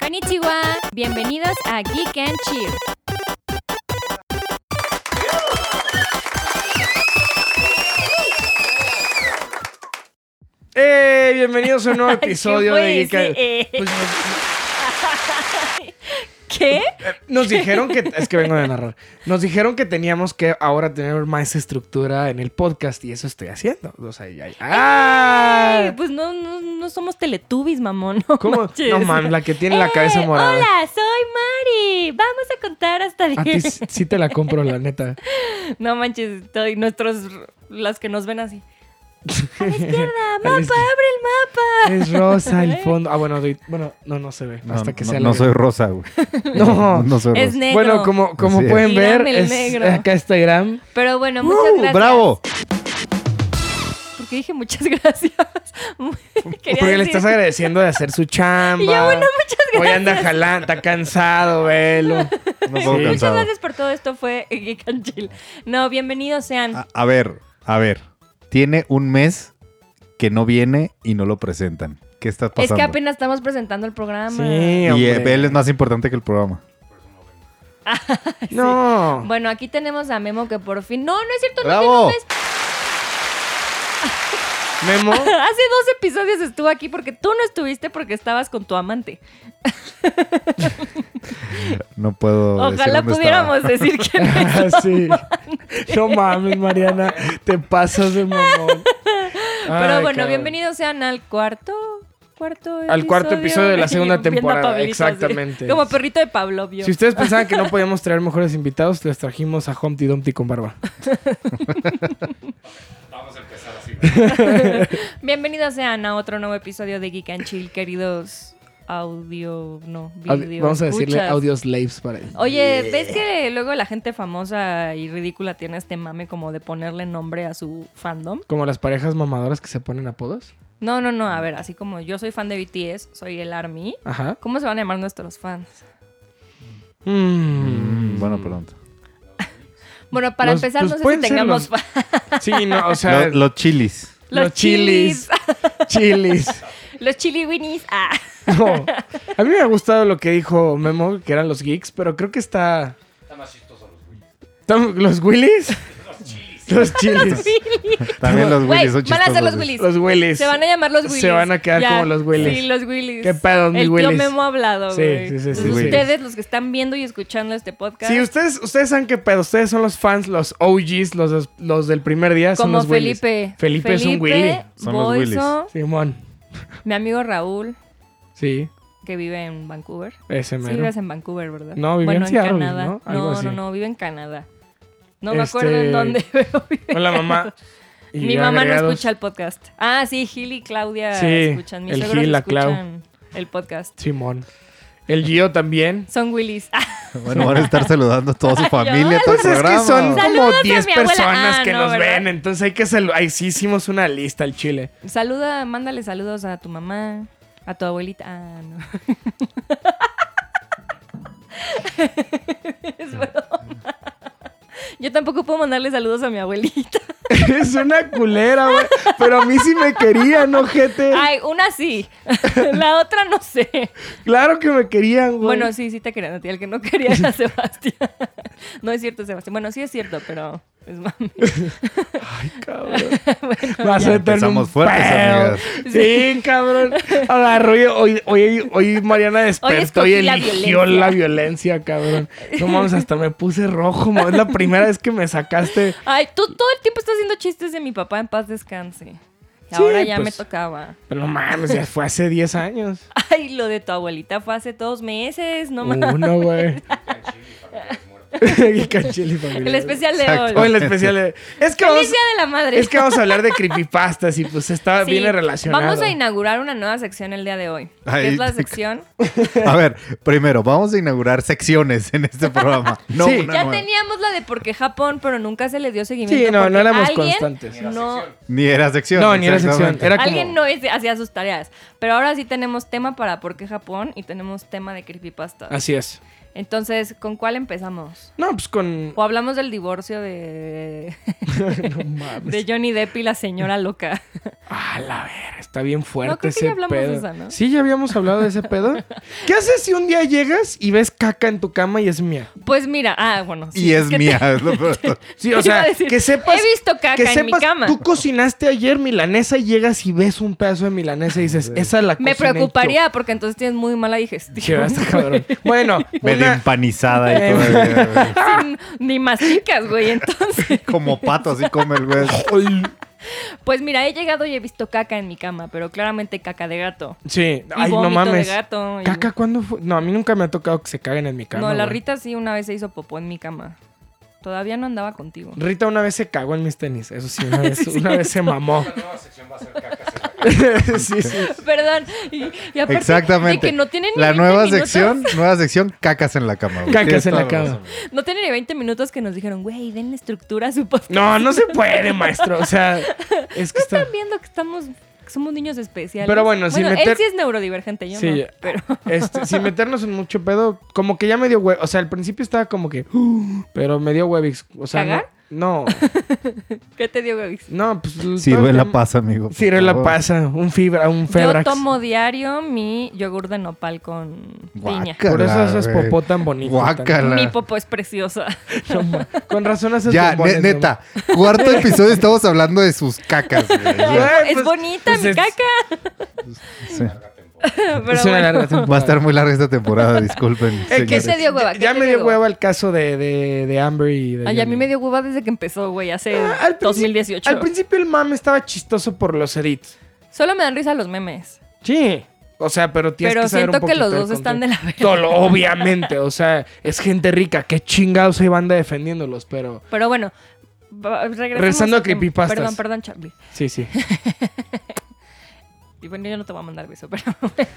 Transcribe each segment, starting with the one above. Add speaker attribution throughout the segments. Speaker 1: Konnichiwa. Bienvenidos a Geek and Chill.
Speaker 2: ¡Hey! Eh, Bienvenidos a un nuevo episodio
Speaker 3: fue
Speaker 2: de Geek
Speaker 3: ese,
Speaker 2: and-
Speaker 3: eh?
Speaker 2: Pues nos,
Speaker 1: ¿Qué?
Speaker 2: nos dijeron que. Es que vengo de narrar. Nos dijeron que teníamos que ahora tener más estructura en el podcast y eso estoy haciendo. O sea, ya.
Speaker 1: Ay,
Speaker 2: ¡Ah!
Speaker 1: pues no, no, no somos teletubbies, mamón. No
Speaker 2: ¿Cómo?
Speaker 1: manches.
Speaker 2: No, man, la que tiene la
Speaker 1: ¡Eh!
Speaker 2: cabeza morada.
Speaker 1: Hola, soy Mari. Vamos a contar hasta
Speaker 2: A ti
Speaker 1: 10.
Speaker 2: s- sí te la compro, la neta.
Speaker 1: No manches, estoy, nuestros, las que nos ven así. A la izquierda, mapa, abre
Speaker 2: izquierda.
Speaker 1: el mapa.
Speaker 2: Es rosa
Speaker 1: Eh.
Speaker 2: el fondo. Ah, bueno, doy- bueno, no, no se ve.
Speaker 4: No,
Speaker 2: hasta que
Speaker 4: no,
Speaker 2: sea
Speaker 4: no
Speaker 2: la-
Speaker 4: soy rosa, güey.
Speaker 2: No.
Speaker 4: no soy rosa.
Speaker 1: Es negro.
Speaker 2: Bueno, como, como
Speaker 4: Así es.
Speaker 2: pueden ver,
Speaker 1: Tirame el
Speaker 2: es-
Speaker 1: negro.
Speaker 2: acá está Gram.
Speaker 1: Pero bueno,
Speaker 4: Uh,
Speaker 1: muchas gracias.
Speaker 4: ¡Bravo!
Speaker 1: Porque dije muchas gracias. Quería
Speaker 2: Porque le
Speaker 1: decir-
Speaker 2: estás agradeciendo de hacer su chamba.
Speaker 1: Y yo, bueno, muchas gracias.
Speaker 2: Hoy anda jalando, está cansado, velo.
Speaker 4: No puedo
Speaker 2: Sí.
Speaker 1: Muchas
Speaker 4: cansado.
Speaker 1: gracias por todo esto, fue Geek and Chill. No, bienvenidos sean.
Speaker 4: A, a ver, a ver. Tiene un mes que no viene y no lo presentan. ¿Qué está
Speaker 1: es
Speaker 4: pasando?
Speaker 1: que apenas estamos presentando el programa.
Speaker 2: Sí,
Speaker 4: y eh,
Speaker 2: hombre.
Speaker 4: él es más importante que el programa.
Speaker 2: No.
Speaker 1: Bueno, aquí tenemos a Memo que por fin. No, no es cierto, no
Speaker 4: ¡Bravo!
Speaker 1: te enojes.
Speaker 2: Memo.
Speaker 1: Hace dos episodios estuvo aquí porque tú no estuviste porque estabas con tu amante.
Speaker 4: No puedo. decir
Speaker 1: Ojalá
Speaker 4: dónde
Speaker 1: pudiéramos
Speaker 4: estaba.
Speaker 1: decir que no.
Speaker 2: Ah, sí. No mames, Mariana. Te pasas de mamón.
Speaker 1: Pero
Speaker 2: Ay,
Speaker 1: bueno,
Speaker 2: cabrón.
Speaker 1: bienvenidos sean al cuarto. Cuarto
Speaker 2: Al cuarto episodio de la segunda
Speaker 1: Viendo a
Speaker 2: temporada,
Speaker 1: Pablito, sí.
Speaker 2: exactamente.
Speaker 1: Como perrito de Pavlovio.
Speaker 2: Si ustedes pensaban que no podíamos traer mejores invitados, les trajimos a Humpty Dumpty con barba.
Speaker 1: Bienvenidos sean a otro nuevo episodio de Geek and Chill, queridos audio, no,
Speaker 2: Audi-
Speaker 1: video.
Speaker 2: Vamos a decirle
Speaker 1: escuchas.
Speaker 2: audio slaves para él.
Speaker 1: Oye, ¿ves que luego la gente famosa y ridícula tiene este mame como de ponerle nombre a su fandom?
Speaker 2: Como las parejas mamadoras que se ponen apodos.
Speaker 1: No, no, no, a ver, así como yo soy fan de BTS, soy el ARMY,
Speaker 2: Ajá.
Speaker 1: ¿cómo se van a llamar nuestros fans?
Speaker 2: Mm.
Speaker 4: Mm, buena pregunta.
Speaker 1: Bueno, para
Speaker 2: Los-
Speaker 1: empezar,
Speaker 2: pues
Speaker 1: no sé si
Speaker 2: pueden ser
Speaker 1: tengamos
Speaker 2: los-
Speaker 1: fans.
Speaker 2: Sí, no, o sea,
Speaker 4: Los, los chilis.
Speaker 1: Los
Speaker 2: los chilis. chilis.
Speaker 1: Los chiliwinis. Ah.
Speaker 2: No. A mí me ha gustado lo que dijo Memo, que eran los geeks, pero creo que está. Está más chistoso los Willys. ¿Los Willys? Los chilis.
Speaker 4: También los
Speaker 1: Güey,
Speaker 4: Willis son
Speaker 1: van
Speaker 4: chistosos.
Speaker 1: a ser los Willis.
Speaker 2: Los Willys.
Speaker 1: Se van a llamar los Willis.
Speaker 2: Se van a quedar como los Willis.
Speaker 1: Sí, los Willis.
Speaker 2: ¿Qué pedo, mis
Speaker 1: El tío
Speaker 2: Willis?
Speaker 1: Memo ha hablado,
Speaker 2: Sí,
Speaker 1: güey.
Speaker 2: sí, sí, sí,
Speaker 1: Entonces,
Speaker 4: sí.
Speaker 1: Ustedes, los que están viendo y escuchando este podcast,
Speaker 2: Sí, ustedes, ustedes saben qué pedo. Ustedes son los fans, los OGs, los, los, los del primer día. son
Speaker 1: como
Speaker 2: los Willys.
Speaker 1: Felipe.
Speaker 2: Felipe es un Willy.
Speaker 4: Son los
Speaker 1: Boiso,
Speaker 2: Simón.
Speaker 1: mi amigo Raúl,
Speaker 2: Sí,
Speaker 1: que vive en Vancouver.
Speaker 2: ese
Speaker 1: Sí,
Speaker 2: mero.
Speaker 1: vives en Vancouver, ¿verdad?
Speaker 2: No, vive
Speaker 1: bueno,
Speaker 2: en Seattle,
Speaker 1: Canadá.
Speaker 2: ¿no? Algo
Speaker 1: No,
Speaker 2: así.
Speaker 1: no, no, vive en Canadá. No me
Speaker 2: Este-
Speaker 1: acuerdo en dónde, pero vive en
Speaker 2: Con la mamá. Y
Speaker 1: Mi mamá no
Speaker 2: agregados.
Speaker 1: escucha el podcast. Ah, sí, Gil y Claudia
Speaker 2: Sí,
Speaker 1: escuchan. Mis
Speaker 2: el
Speaker 1: suegros
Speaker 2: Gil, la Clau.
Speaker 1: escuchan el podcast.
Speaker 2: Simón. El Gio también.
Speaker 1: Son Willis. Ah,
Speaker 4: Bueno, van a estar saludando a toda su familia, todo el
Speaker 2: Entonces pues es que
Speaker 4: programa.
Speaker 2: son como
Speaker 1: Saludos a
Speaker 2: 10
Speaker 1: mi abuela.
Speaker 2: personas
Speaker 1: Ah,
Speaker 2: que
Speaker 1: no,
Speaker 2: nos
Speaker 1: ¿verdad?
Speaker 2: ven, entonces hay que saludar. Ahí sí hicimos una lista al chile.
Speaker 1: saluda, mándale saludos a tu mamá, a tu abuelita. Ah, no. es broma. Yo tampoco puedo mandarle saludos a mi abuelita.
Speaker 2: es una culera, güey. Pero a mí sí me querían, ojete.
Speaker 1: Ay, una sí. La otra no sé.
Speaker 2: Claro que me querían, güey.
Speaker 1: Bueno, sí, sí te querían a ti. El que no quería era Sebastián. No es cierto, Sebastián. Bueno, sí es cierto, pero es mami.
Speaker 2: cabrón. Vas
Speaker 4: ya.
Speaker 2: a meter un
Speaker 4: Empezamos fuertes,
Speaker 2: pedo.
Speaker 4: amigas.
Speaker 2: Sí, cabrón. Agarró y hoy, hoy, hoy Mariana despertó
Speaker 1: escogí
Speaker 2: y
Speaker 1: la
Speaker 2: eligió
Speaker 1: violencia.
Speaker 2: la violencia, cabrón. No mames, hasta me puse rojo. ma- Es la primera vez que me sacaste.
Speaker 1: Ay, tú todo el tiempo estás haciendo chistes de mi papá en paz descanse. Y ahora ya me
Speaker 2: pues.
Speaker 1: tocaba.
Speaker 2: Pero no mames, ya fue hace 10 años.
Speaker 1: Ay, lo de tu abuelita fue hace dos meses, no mames.
Speaker 2: Uno, güey. Y con chile y familia.
Speaker 1: El especial de
Speaker 4: Exacto.
Speaker 2: O
Speaker 1: hoy.
Speaker 2: el especial de- Es que vamos...
Speaker 1: Feliz Día de la Madre.
Speaker 2: Es que vamos a hablar de creepypastas y pues está
Speaker 1: Sí,
Speaker 2: viene relacionado.
Speaker 1: Vamos a inaugurar una nueva sección el día de hoy.
Speaker 4: Ay,
Speaker 1: que es la
Speaker 4: te-
Speaker 1: sección.
Speaker 4: A ver, primero, vamos a inaugurar secciones en este programa. No,
Speaker 2: Sí.
Speaker 4: una
Speaker 1: ya
Speaker 4: nueva.
Speaker 1: teníamos la de por qué Japón, pero nunca se le dio seguimiento.
Speaker 2: Sí, no, no
Speaker 1: porque
Speaker 2: éramos
Speaker 1: alguien
Speaker 2: constantes.
Speaker 1: No,
Speaker 4: Ni era sección.
Speaker 2: No, ni era sección.
Speaker 4: exactamente.
Speaker 2: Era como...
Speaker 1: alguien no hice- hacía sus
Speaker 2: Ah.
Speaker 1: tareas. Pero ahora sí tenemos tema para por qué Japón y tenemos tema de creepypastas.
Speaker 2: Así es.
Speaker 1: Entonces, ¿con cuál empezamos?
Speaker 2: No, pues con.
Speaker 1: O hablamos del divorcio de,
Speaker 2: no mames.
Speaker 1: de Johnny Depp y la señora loca.
Speaker 2: Ah, la ver, está bien fuerte
Speaker 1: No, creo que
Speaker 2: ese
Speaker 1: ya hablamos de
Speaker 2: pedo.
Speaker 1: esa, ¿no?
Speaker 2: Sí, ya habíamos hablado de ese pedo. ¿Qué haces si un día llegas y ves caca en tu cama y es mía?
Speaker 1: Pues mira, ah, bueno. sí,
Speaker 4: y es
Speaker 1: que
Speaker 4: mía. es lo peor.
Speaker 2: Sí, o
Speaker 1: Iba
Speaker 2: sea,
Speaker 1: a decir,
Speaker 2: que sepas.
Speaker 1: he visto caca
Speaker 2: que
Speaker 1: en mi
Speaker 2: sepas,
Speaker 1: cama.
Speaker 2: Tú cocinaste ayer milanesa y llegas y ves un pedazo de milanesa y dices, esa la
Speaker 1: Me
Speaker 2: cociné yo".
Speaker 1: preocuparía porque entonces tienes muy mala
Speaker 2: Dije,
Speaker 1: digestión.
Speaker 2: "Ah, está cabrón". Bueno,
Speaker 4: Medio
Speaker 2: una-
Speaker 4: empanizada
Speaker 2: Eh,
Speaker 4: y todo.
Speaker 1: Sí, Ni masticas, güey. Entonces,
Speaker 4: Como pato, así come el güey.
Speaker 2: Ay,
Speaker 1: pues mira, he llegado y he visto caca en mi cama, pero claramente caca de gato.
Speaker 2: Sí,
Speaker 1: Y
Speaker 2: ay, no
Speaker 1: vómito
Speaker 2: mames.
Speaker 1: de gato. y-
Speaker 2: ¿Caca cuándo fue? No, a mí nunca me ha tocado que se caguen en mi cama.
Speaker 1: No, la
Speaker 2: güey.
Speaker 1: Rita sí una vez se hizo popó en mi cama. Todavía no andaba contigo.
Speaker 2: Rita una vez se cagó en mis tenis. Eso sí, una vez, una vez se mamó.
Speaker 3: La nueva sección va a ser cacas en la cama.
Speaker 2: sí, sí.
Speaker 1: Perdón. Y, y aparte de
Speaker 4: Exactamente.
Speaker 1: que no tienen ni
Speaker 4: la
Speaker 1: 20
Speaker 4: nueva
Speaker 1: minutos-
Speaker 4: sección, nueva sección, cacas en la cama. güey.
Speaker 2: Cacas
Speaker 4: Tienes
Speaker 2: en la
Speaker 4: toda
Speaker 2: cama.
Speaker 4: razón.
Speaker 1: No tienen ni 20 minutos que nos dijeron, güey, denle estructura a su podcast.
Speaker 2: No, no se puede, maestro. O sea, es que está.
Speaker 1: Están viendo que estamos. que somos niños especiales.
Speaker 2: Pero bueno, sin meter-
Speaker 1: él sí es neurodivergente, yo
Speaker 2: Sí,
Speaker 1: no. Pero
Speaker 2: este, sin meternos en mucho pedo, como que ya me dio hue... O sea, al principio estaba como que. "Uh", pero me dio huevix. O sea, no-
Speaker 1: ¿Cagar?
Speaker 2: no,
Speaker 1: ¿qué te dio, Gaby?
Speaker 2: no, pues.
Speaker 4: Sirve
Speaker 2: todo-
Speaker 4: la pasa, amigo. por
Speaker 2: Sirve la
Speaker 4: favor.
Speaker 2: pasa. Un fibra, un
Speaker 1: Yo
Speaker 2: febrax.
Speaker 1: tomo diario mi yogur de nopal con piña.
Speaker 4: Guácala,
Speaker 2: Por eso haces
Speaker 4: güey.
Speaker 2: popó tan bonito.
Speaker 4: Guácala.
Speaker 1: Mi popó es preciosa.
Speaker 2: No, ma- Con razón haces
Speaker 4: Ya,
Speaker 2: bombones,
Speaker 4: ne-
Speaker 2: güey.
Speaker 4: neta, cuarto episodio estamos hablando de sus cacas. güey. Ya,
Speaker 2: Ay,
Speaker 1: es
Speaker 2: pues-
Speaker 1: bonita
Speaker 2: pues
Speaker 1: mi
Speaker 2: es-
Speaker 1: caca.
Speaker 4: sí.
Speaker 3: Larga temporada.
Speaker 1: Pero
Speaker 2: es una
Speaker 1: bueno.
Speaker 2: larga
Speaker 4: Va a
Speaker 2: temporada.
Speaker 4: estar muy larga esta temporada, disculpen.
Speaker 2: Eh,
Speaker 1: ¿Qué
Speaker 4: señores.
Speaker 1: te dio hueva?
Speaker 2: Ya,
Speaker 1: ¿Qué
Speaker 2: ya
Speaker 1: te
Speaker 2: me dio hueva el caso de, de, de Amber y de.
Speaker 1: Ay, a mí
Speaker 2: Johnny.
Speaker 1: me dio hueva desde que empezó, güey, hace
Speaker 2: Ah, al principio-
Speaker 1: 2018.
Speaker 2: Al principio el mame estaba chistoso por los edits.
Speaker 1: Solo me dan risa los memes.
Speaker 2: Sí. O sea, pero tienes
Speaker 1: Pero
Speaker 2: que saber un
Speaker 1: siento que
Speaker 2: poquito
Speaker 1: los
Speaker 2: del
Speaker 1: dos están de la verga.
Speaker 2: contexto. Lo- Obviamente, o sea, es gente rica. Qué chingados hay banda defendiéndolos, pero...
Speaker 1: Pero bueno, va- regresemos
Speaker 2: Regresando a
Speaker 1: al tema.
Speaker 2: creepypastas.
Speaker 1: Perdón, perdón, Charlie.
Speaker 2: Sí, sí.
Speaker 1: Y bueno, yo no te voy a mandar beso, pero bueno.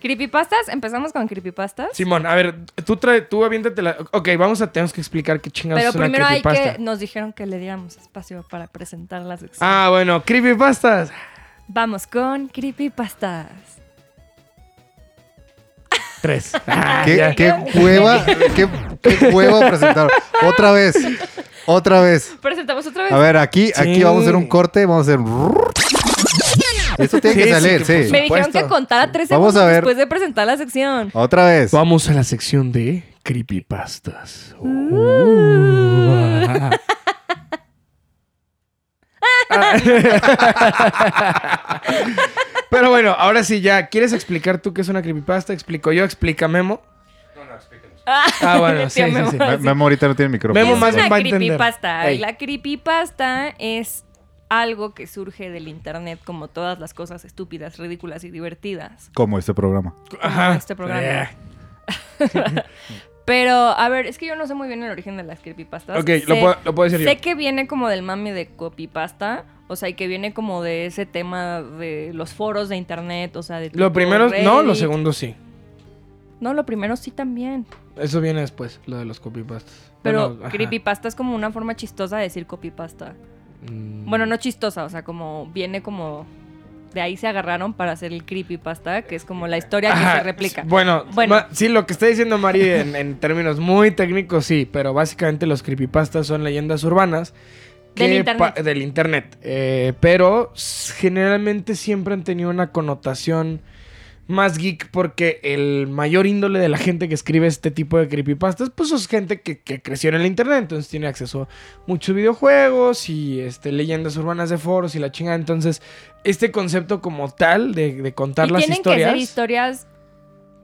Speaker 1: Creepypastas, empezamos con creepypastas.
Speaker 2: Simón, a ver, tú trae, tú aviéntate la... Ok, vamos a... Tenemos que explicar qué chingados
Speaker 1: pero
Speaker 2: es una
Speaker 1: primero hay
Speaker 2: creepypasta.
Speaker 1: que. Nos dijeron que le diéramos espacio para presentar la sección.
Speaker 2: Ah, bueno, creepypastas.
Speaker 1: Vamos con creepypastas.
Speaker 2: Tres. Ah,
Speaker 4: ¿Qué,
Speaker 2: ya.
Speaker 4: qué hueva, qué, qué hueva presentar. Otra vez, otra vez.
Speaker 1: Presentamos otra vez.
Speaker 4: A ver, aquí, aquí
Speaker 2: Sí.
Speaker 4: vamos a hacer un corte, vamos a hacer. Esto tiene
Speaker 2: Sí,
Speaker 4: que
Speaker 2: sí,
Speaker 4: salir,
Speaker 2: que
Speaker 4: sí.
Speaker 1: Me dijeron
Speaker 2: supuesto.
Speaker 1: que contara tres
Speaker 4: Vamos
Speaker 1: segundos
Speaker 4: a ver.
Speaker 1: después de presentar la sección.
Speaker 4: Otra vez.
Speaker 2: Vamos a la sección de creepypastas.
Speaker 1: Uh.
Speaker 2: Pero bueno, ahora sí ya, ¿quieres explicar tú qué es una creepypasta? Explico yo, explica Memo.
Speaker 3: No, no, explíquenos.
Speaker 2: Ah, bueno,
Speaker 1: El
Speaker 2: sí,
Speaker 1: tío
Speaker 2: sí,
Speaker 1: Memo.
Speaker 2: sí.
Speaker 4: Me- Memo ahorita no tiene micrófono.
Speaker 2: Memo
Speaker 1: es
Speaker 2: más
Speaker 1: una
Speaker 2: va a entender.
Speaker 1: creepypasta.
Speaker 2: Ey.
Speaker 1: La creepypasta es algo que surge del internet como todas las cosas estúpidas, ridículas y divertidas.
Speaker 4: Como este programa.
Speaker 2: Ajá.
Speaker 1: Este programa.
Speaker 2: Eh,
Speaker 1: Pero, a ver, es que yo no sé muy bien el origen de las creepypastas.
Speaker 2: Ok,
Speaker 1: Sé-
Speaker 2: lo puedo, lo puedo decir yo.
Speaker 1: Sé que viene como del mami de copypasta, o sea, y que viene como de ese tema de los foros de internet, o sea, de tipo
Speaker 2: Lo primero, no, lo
Speaker 1: Reddit.
Speaker 2: segundo sí.
Speaker 1: No, lo primero sí también.
Speaker 2: Eso viene después, lo de los creepypastas.
Speaker 1: Pero
Speaker 2: Bueno, ajá.
Speaker 1: creepypasta es como una forma chistosa de decir copypasta.
Speaker 2: Mm.
Speaker 1: Bueno, no chistosa, o sea, como viene como de ahí se agarraron para hacer el creepypasta, que es como la historia que
Speaker 2: Ajá,
Speaker 1: se replica.
Speaker 2: Bueno,
Speaker 1: Bueno.
Speaker 2: ma- sí, lo que está diciendo Mari en, en términos muy técnicos, sí, pero básicamente los creepypastas son leyendas urbanas.
Speaker 1: Del
Speaker 2: que
Speaker 1: internet.
Speaker 2: pa- del internet. Eh, pero s- generalmente siempre han tenido una connotación más geek porque el mayor índole de la gente que escribe este tipo de creepypastas, pues es gente que, que creció en el internet, entonces tiene acceso a muchos videojuegos y este, leyendas urbanas de foros y la chingada. Entonces, este concepto como tal de, de contar
Speaker 1: y
Speaker 2: las
Speaker 1: tienen
Speaker 2: historias...
Speaker 1: que ser historias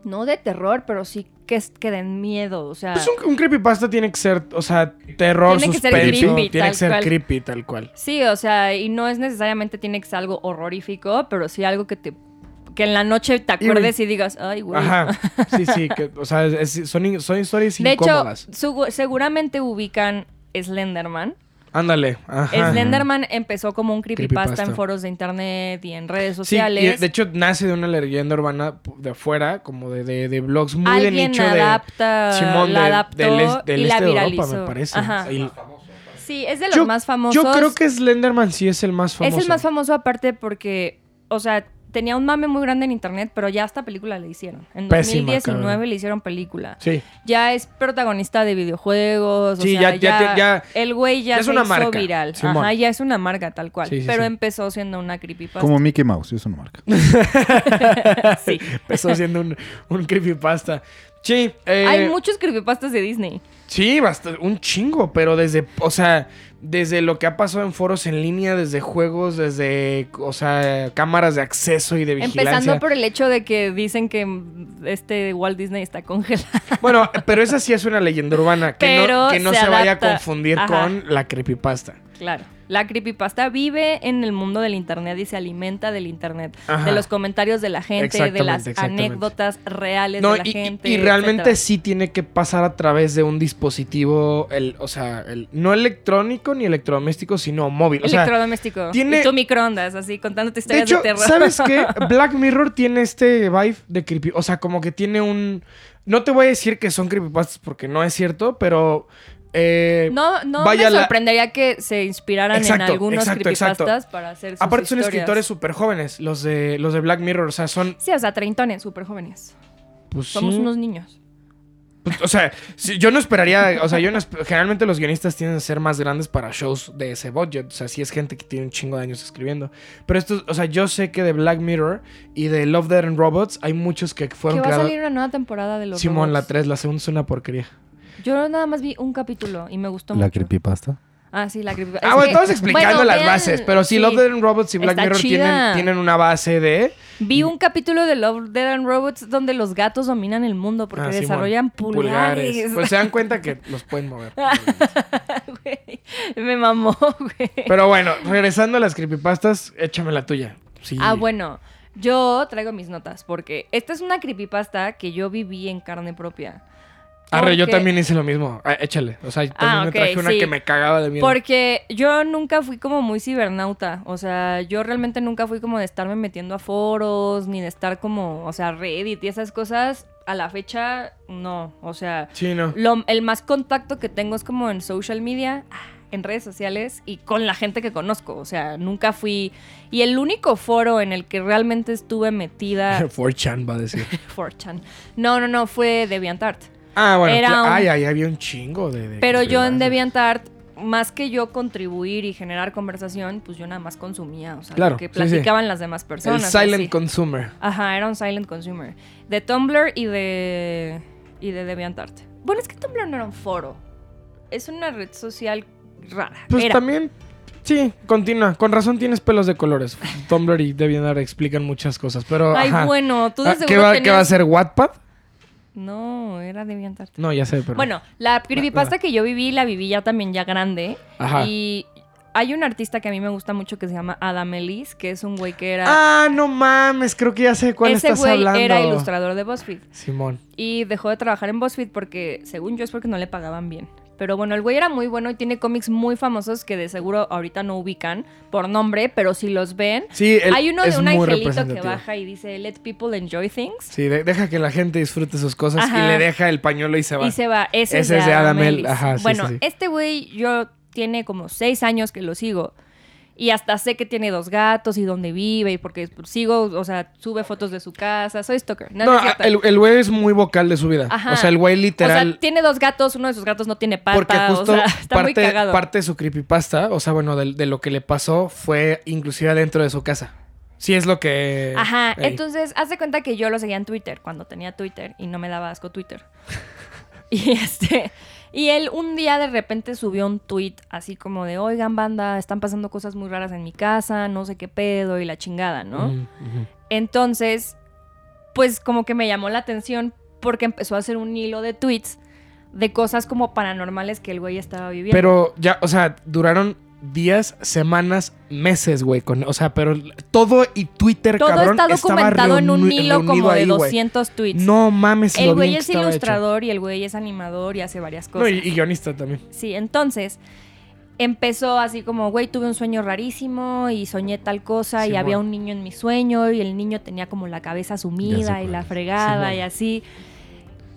Speaker 1: no de terror, pero sí que, es- que den miedo, o sea,
Speaker 2: Pues un, un creepypasta tiene que ser, o sea, terror,
Speaker 1: Tiene que ser
Speaker 2: suspenso.
Speaker 1: creepy,
Speaker 2: tiene que
Speaker 1: tal
Speaker 2: ser
Speaker 1: cual.
Speaker 2: creepy, tal cual.
Speaker 1: sí, o sea, y no es necesariamente tiene que ser algo horrorífico, pero sí algo que te que en la noche te
Speaker 2: güey.
Speaker 1: acuerdes y digas, ay, güey.
Speaker 2: Ajá. Sí, sí. que- o sea, es- son, in- son historias
Speaker 1: De hecho,
Speaker 2: incómodas.
Speaker 1: su- seguramente ubican Slenderman.
Speaker 2: Ándale. Ajá.
Speaker 1: Slenderman empezó como un creepypasta,
Speaker 2: Creepypasta.
Speaker 1: en foros de internet y en redes
Speaker 2: Sí,
Speaker 1: sociales.
Speaker 2: y de hecho nace de una leyenda urbana de afuera, como de, de, de blogs muy de
Speaker 1: Alguien
Speaker 2: nicho
Speaker 1: adapta,
Speaker 2: de Simón
Speaker 1: la
Speaker 2: de-
Speaker 1: adaptó
Speaker 2: del, es- del
Speaker 1: y la
Speaker 2: este de Europa,
Speaker 1: viralizó.
Speaker 2: me parece.
Speaker 1: Ajá.
Speaker 2: Y-
Speaker 3: Más famoso. ¿no?
Speaker 1: Sí, es de los
Speaker 2: yo,
Speaker 1: más famosos.
Speaker 2: yo creo que Slenderman sí es el más famoso.
Speaker 1: Es el más famoso aparte porque, o sea, tenía un mame muy grande en internet, pero ya esta película le hicieron. En
Speaker 2: Pésima,
Speaker 1: 2019
Speaker 2: cabrón.
Speaker 1: le hicieron película.
Speaker 2: Sí.
Speaker 1: Ya es protagonista de videojuegos.
Speaker 2: Sí,
Speaker 1: o sea,
Speaker 2: ya- ya- ya-
Speaker 1: El güey ya,
Speaker 2: ya es
Speaker 1: se
Speaker 2: una
Speaker 1: hizo
Speaker 2: marca,
Speaker 1: viral.
Speaker 2: Simón.
Speaker 1: Ajá, ya es una marca tal cual.
Speaker 2: Sí, sí,
Speaker 1: pero
Speaker 2: sí.
Speaker 1: empezó siendo una creepypasta.
Speaker 4: Como Mickey Mouse, es una marca.
Speaker 1: Sí.
Speaker 2: Empezó siendo un, un creepypasta. Sí, eh,
Speaker 1: Hay muchos creepypastas de Disney.
Speaker 2: sí, bast- un chingo, pero desde, o sea, desde lo que ha pasado en foros en línea, desde juegos, desde, o sea, cámaras de acceso y de vigilancia.
Speaker 1: Empezando por el hecho de que dicen que mm, este Walt Disney está congelado.
Speaker 2: Bueno, pero esa sí es una leyenda urbana, que no,
Speaker 1: Pero
Speaker 2: que no se,
Speaker 1: se
Speaker 2: vaya a
Speaker 1: adapta.
Speaker 2: confundir
Speaker 1: Ajá.
Speaker 2: con la creepypasta.
Speaker 1: Claro. La creepypasta vive en el mundo del internet y se alimenta del internet,
Speaker 2: Ajá.
Speaker 1: de los comentarios de la gente, de las
Speaker 2: Exactamente, exactamente.
Speaker 1: anécdotas reales
Speaker 2: No,
Speaker 1: de la
Speaker 2: y, y-
Speaker 1: gente.
Speaker 2: y realmente
Speaker 1: etcétera.
Speaker 2: sí tiene que pasar a través de un dispositivo, el, o sea, el, no electrónico ni electrodoméstico, sino móvil. O sea,
Speaker 1: Electrodoméstico.
Speaker 2: tiene-
Speaker 1: Y tu microondas, así contándote
Speaker 2: de
Speaker 1: historias de,
Speaker 2: hecho,
Speaker 1: terror.
Speaker 2: ¿sabes qué? Black Mirror tiene este vibe de creepy. O sea, como que tiene un. No te voy a decir que son creepypastas porque no es cierto, pero. eh,
Speaker 1: No, no
Speaker 2: Vaya
Speaker 1: me
Speaker 2: la-
Speaker 1: sorprendería que se inspiraran en
Speaker 2: Exacto,
Speaker 1: algunos
Speaker 2: exacto,
Speaker 1: creepypastas
Speaker 2: exacto.
Speaker 1: para hacer sus
Speaker 2: Aparte son
Speaker 1: historias.
Speaker 2: escritores súper jóvenes, los de, los de Black Mirror. O sea, son.
Speaker 1: Sí, o sea, treintones, súper jóvenes.
Speaker 2: pues,
Speaker 1: Somos
Speaker 2: sí.
Speaker 1: unos niños.
Speaker 2: Pues, O sea, sí, yo no esperaría, o sea, yo no esp- generalmente los guionistas tienden a ser más grandes para shows de ese budget, o sea, sí es gente que tiene un chingo de años escribiendo, pero esto, o sea, yo sé que de Black Mirror y de Love, Death and Robots hay muchos que
Speaker 1: Que
Speaker 2: fueron
Speaker 1: va a
Speaker 2: creados.
Speaker 1: salir una nueva temporada de los
Speaker 2: Simón, la
Speaker 1: robots.
Speaker 2: 3, la segunda es una porquería.
Speaker 1: Yo nada más vi un capítulo y me gustó
Speaker 4: La
Speaker 1: mucho.
Speaker 4: creepypasta.
Speaker 1: Ah, sí, la creepypasta.
Speaker 2: Ah,
Speaker 1: Es
Speaker 2: bueno,
Speaker 1: que-
Speaker 2: estamos explicando
Speaker 1: Bueno,
Speaker 2: las
Speaker 1: vean-
Speaker 2: bases, pero sí, Love, Death and Robots y Black
Speaker 1: Está
Speaker 2: Mirror
Speaker 1: chida.
Speaker 2: tienen, tienen una base de...
Speaker 1: Vi un capítulo de Love, Dead and Robots donde los gatos dominan el mundo porque
Speaker 2: Ah, Simón,
Speaker 1: desarrollan pulgares.
Speaker 2: Pues se dan cuenta que los pueden mover.
Speaker 1: Güey, Me mamó, güey.
Speaker 2: Pero bueno, regresando a las creepypastas, échame la tuya. Sí.
Speaker 1: Ah, bueno. Yo traigo mis notas porque esta es una creepypasta que yo viví en carne propia.
Speaker 2: Arre, yo
Speaker 1: Porque-
Speaker 2: también hice lo mismo. Ah, échale. O sea, también
Speaker 1: Ah,
Speaker 2: me
Speaker 1: ok,
Speaker 2: traje una
Speaker 1: sí.
Speaker 2: que me cagaba de miedo.
Speaker 1: Porque yo nunca fui como muy cibernauta. O sea, yo realmente nunca fui como de estarme metiendo a foros, ni de estar como, o sea, Reddit y esas cosas. A la fecha, no. O sea,
Speaker 2: Sí, no.
Speaker 1: lo- el más contacto que tengo es como en social media, en redes sociales y con la gente que conozco. O sea, nunca fui. Y el único foro en el que realmente estuve metida,
Speaker 2: 4chan va a decir.
Speaker 1: 4chan. No, no, no, fue DeviantArt.
Speaker 2: Ah, bueno.
Speaker 1: Era
Speaker 2: cla-
Speaker 1: un-
Speaker 2: Ay, ahí había un chingo de... de
Speaker 1: Pero yo en
Speaker 2: creepypastas.
Speaker 1: DeviantArt, más que yo contribuir y generar conversación, pues yo nada más consumía, o sea, lo
Speaker 2: Claro,
Speaker 1: que
Speaker 2: sí, sí.
Speaker 1: platicaban las demás
Speaker 2: El
Speaker 1: personas.
Speaker 2: Silent
Speaker 1: así.
Speaker 2: Consumer.
Speaker 1: Ajá, era un silent consumer. De Tumblr y de y de DeviantArt. Bueno, es que Tumblr no era un foro. Es una red social rara.
Speaker 2: Pues
Speaker 1: Era.
Speaker 2: también... Sí, continúa. Con razón tienes pelos de colores. Tumblr y DeviantArt explican muchas cosas, pero...
Speaker 1: Ay,
Speaker 2: ajá.
Speaker 1: bueno, tú de
Speaker 2: Ah,
Speaker 1: seguro
Speaker 2: ¿qué, va,
Speaker 1: tenías-
Speaker 2: ¿Qué va a ser? ¿Wattpad?
Speaker 1: No, era DeviantArt.
Speaker 2: No, ya sé, pero...
Speaker 1: Bueno, la creepypasta que yo viví, la viví ya también ya grande.
Speaker 2: Ajá.
Speaker 1: Y hay un artista que a mí me gusta mucho que se llama Adam Ellis, que es un güey que era...
Speaker 2: Ah, no mames. Creo que ya sé de cuál
Speaker 1: Ese
Speaker 2: estás
Speaker 1: güey
Speaker 2: hablando.
Speaker 1: era ilustrador de BuzzFeed
Speaker 2: Simón.
Speaker 1: y dejó de trabajar en BuzzFeed porque, según yo, es porque no le pagaban bien. Pero bueno, el güey era muy bueno y tiene cómics muy famosos que de seguro ahorita no ubican por nombre, pero si los ven,
Speaker 2: Sí, él
Speaker 1: hay uno de
Speaker 2: es
Speaker 1: un
Speaker 2: muy
Speaker 1: angelito que
Speaker 2: representativo.
Speaker 1: baja y dice Let people enjoy things
Speaker 2: Sí, de- deja que la gente disfrute sus cosas y
Speaker 1: Ajá.
Speaker 2: le deja el pañuelo y se va.
Speaker 1: y se va. Ese,
Speaker 2: Ese
Speaker 1: es de Adam Ellis.
Speaker 2: ajá, sí,
Speaker 1: bueno,
Speaker 2: sí, sí.
Speaker 1: este güey yo tiene como seis años que lo sigo. Y hasta sé que tiene dos gatos y dónde vive, y porque pues, sigo, o sea, sube fotos de su casa. Soy stalker. No,
Speaker 2: No,
Speaker 1: no es
Speaker 2: a-
Speaker 1: cierto.
Speaker 2: el, el güey es muy vocal de su vida.
Speaker 1: Ajá.
Speaker 2: O sea, el güey
Speaker 1: O
Speaker 2: literal.
Speaker 1: sea, tiene dos gatos, uno de sus gatos no tiene pata,
Speaker 2: porque justo
Speaker 1: o sea, está muy
Speaker 2: parte,
Speaker 1: cagado.
Speaker 2: parte de su creepypasta, o sea, bueno, de, de lo que le pasó fue inclusive adentro de su casa. Sí, es lo que. eh,
Speaker 1: Ajá,
Speaker 2: Ey.
Speaker 1: entonces haz de cuenta que yo lo seguía en Twitter cuando tenía Twitter y no me daba asco Twitter. y este y él un día de repente subió un tweet así como de, "Oigan, banda, están pasando cosas muy raras en mi casa, no sé qué pedo y la chingada, ¿no?"
Speaker 2: Ujú, ujú.
Speaker 1: Entonces, pues como que me llamó la atención porque empezó a hacer un hilo de tweets de cosas como paranormales que el güey estaba viviendo.
Speaker 2: Pero ya, o sea, duraron días, semanas, meses, güey. Con, o sea, pero todo y Twitter,
Speaker 1: Todo
Speaker 2: cabrón,
Speaker 1: está
Speaker 2: estaba
Speaker 1: documentado en un
Speaker 2: reuni-
Speaker 1: hilo
Speaker 2: reunido
Speaker 1: como
Speaker 2: ahí,
Speaker 1: de
Speaker 2: güey.
Speaker 1: 200 tweets.
Speaker 2: No mames,
Speaker 1: el
Speaker 2: lo bien
Speaker 1: güey
Speaker 2: que
Speaker 1: es
Speaker 2: estaba hecho.
Speaker 1: ilustrador y el güey es animador y hace varias
Speaker 2: No,
Speaker 1: cosas.
Speaker 2: y, y guionista también.
Speaker 1: Sí, entonces empezó así como, güey, tuve un sueño rarísimo y soñé tal cosa y
Speaker 2: Simón.
Speaker 1: había un niño en mi sueño y el niño tenía como la cabeza
Speaker 4: Ya sé
Speaker 1: sumida y
Speaker 4: cuál
Speaker 1: la
Speaker 4: es.
Speaker 1: fregada y
Speaker 2: Simón.
Speaker 1: así.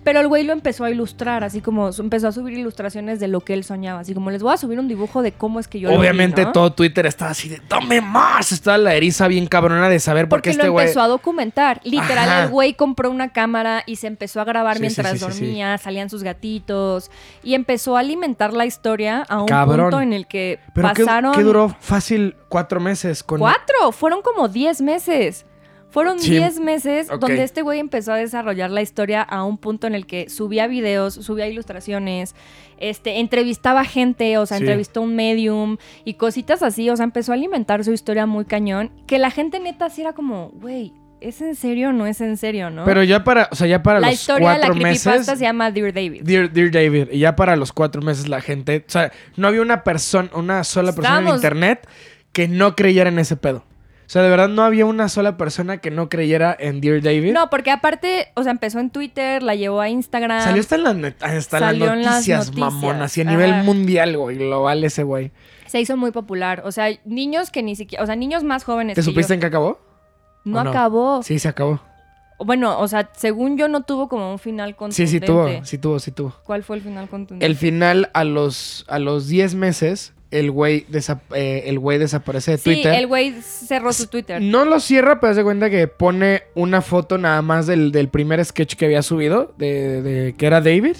Speaker 1: Pero el güey lo empezó a ilustrar, así como su- empezó a subir ilustraciones de lo que él soñaba. Así como les voy a subir un dibujo de cómo es que yo lo vi",
Speaker 2: Obviamente
Speaker 1: ¿no?
Speaker 2: todo Twitter estaba así de ¡Tome más! Estaba la eriza bien cabrona de saber por
Speaker 1: Porque
Speaker 2: qué este
Speaker 1: lo
Speaker 2: güey...
Speaker 1: empezó a documentar. Literal,
Speaker 2: Ajá.
Speaker 1: el güey compró una cámara y se empezó a grabar
Speaker 2: Sí, sí,
Speaker 1: mientras
Speaker 2: sí, sí, sí.
Speaker 1: dormía, salían sus gatitos y empezó a alimentar la historia a un
Speaker 2: Cabrón.
Speaker 1: punto en el que
Speaker 2: Pero ¿qué-
Speaker 1: pasaron
Speaker 2: ¿qué, duró? Fácil cuatro meses con...
Speaker 1: cuatro, fueron como diez meses. Fueron
Speaker 2: Sí.
Speaker 1: 10 meses
Speaker 2: Ok.
Speaker 1: donde este güey empezó a desarrollar la historia a un punto en el que subía videos, subía ilustraciones, este, entrevistaba gente, o sea,
Speaker 2: Sí.
Speaker 1: entrevistó un medium y cositas así, o sea, empezó a alimentar su historia muy cañón, que la gente neta sí era como, güey, ¿es en serio o no es en serio, no?
Speaker 2: Pero ya para, o sea, ya para
Speaker 1: la
Speaker 2: los
Speaker 1: historia de la
Speaker 2: cuatro
Speaker 1: creepypasta
Speaker 2: meses...
Speaker 1: se llama Dear David.
Speaker 2: Dear, Dear David, y ya para los cuatro meses la gente, o sea, no había una persona, una sola persona en
Speaker 1: Estábamos-
Speaker 2: internet que no creyera en ese pedo. O sea, de verdad no había una sola persona que no creyera en Dear David.
Speaker 1: No, porque aparte, o sea, empezó en Twitter, la llevó a Instagram.
Speaker 2: Salió hasta en, la net- hasta en las
Speaker 1: Salió en las
Speaker 2: noticias,
Speaker 1: noticias,
Speaker 2: mamonas, y a
Speaker 1: ajá.
Speaker 2: nivel mundial, güey, global ese güey.
Speaker 1: Se hizo muy popular. O sea, niños que ni siquiera. O sea, niños más jóvenes.
Speaker 2: ¿Te
Speaker 1: que yo-
Speaker 2: supiste en qué acabó?
Speaker 1: no,
Speaker 2: o no?
Speaker 1: acabó.
Speaker 2: Sí, se acabó.
Speaker 1: Bueno, o sea, según yo no tuvo como un final
Speaker 2: Sí,
Speaker 1: contundente.
Speaker 2: sí tuvo, sí tuvo, sí tuvo.
Speaker 1: ¿Cuál fue el final contundente?
Speaker 2: El final a los a los 10 meses el güey desa- eh, el güey desaparece de
Speaker 1: sí,
Speaker 2: Twitter.
Speaker 1: el güey cerró su Twitter.
Speaker 2: No lo cierra, pero se cuenta que pone una foto nada más del, del primer sketch que había subido, de, de- que era David,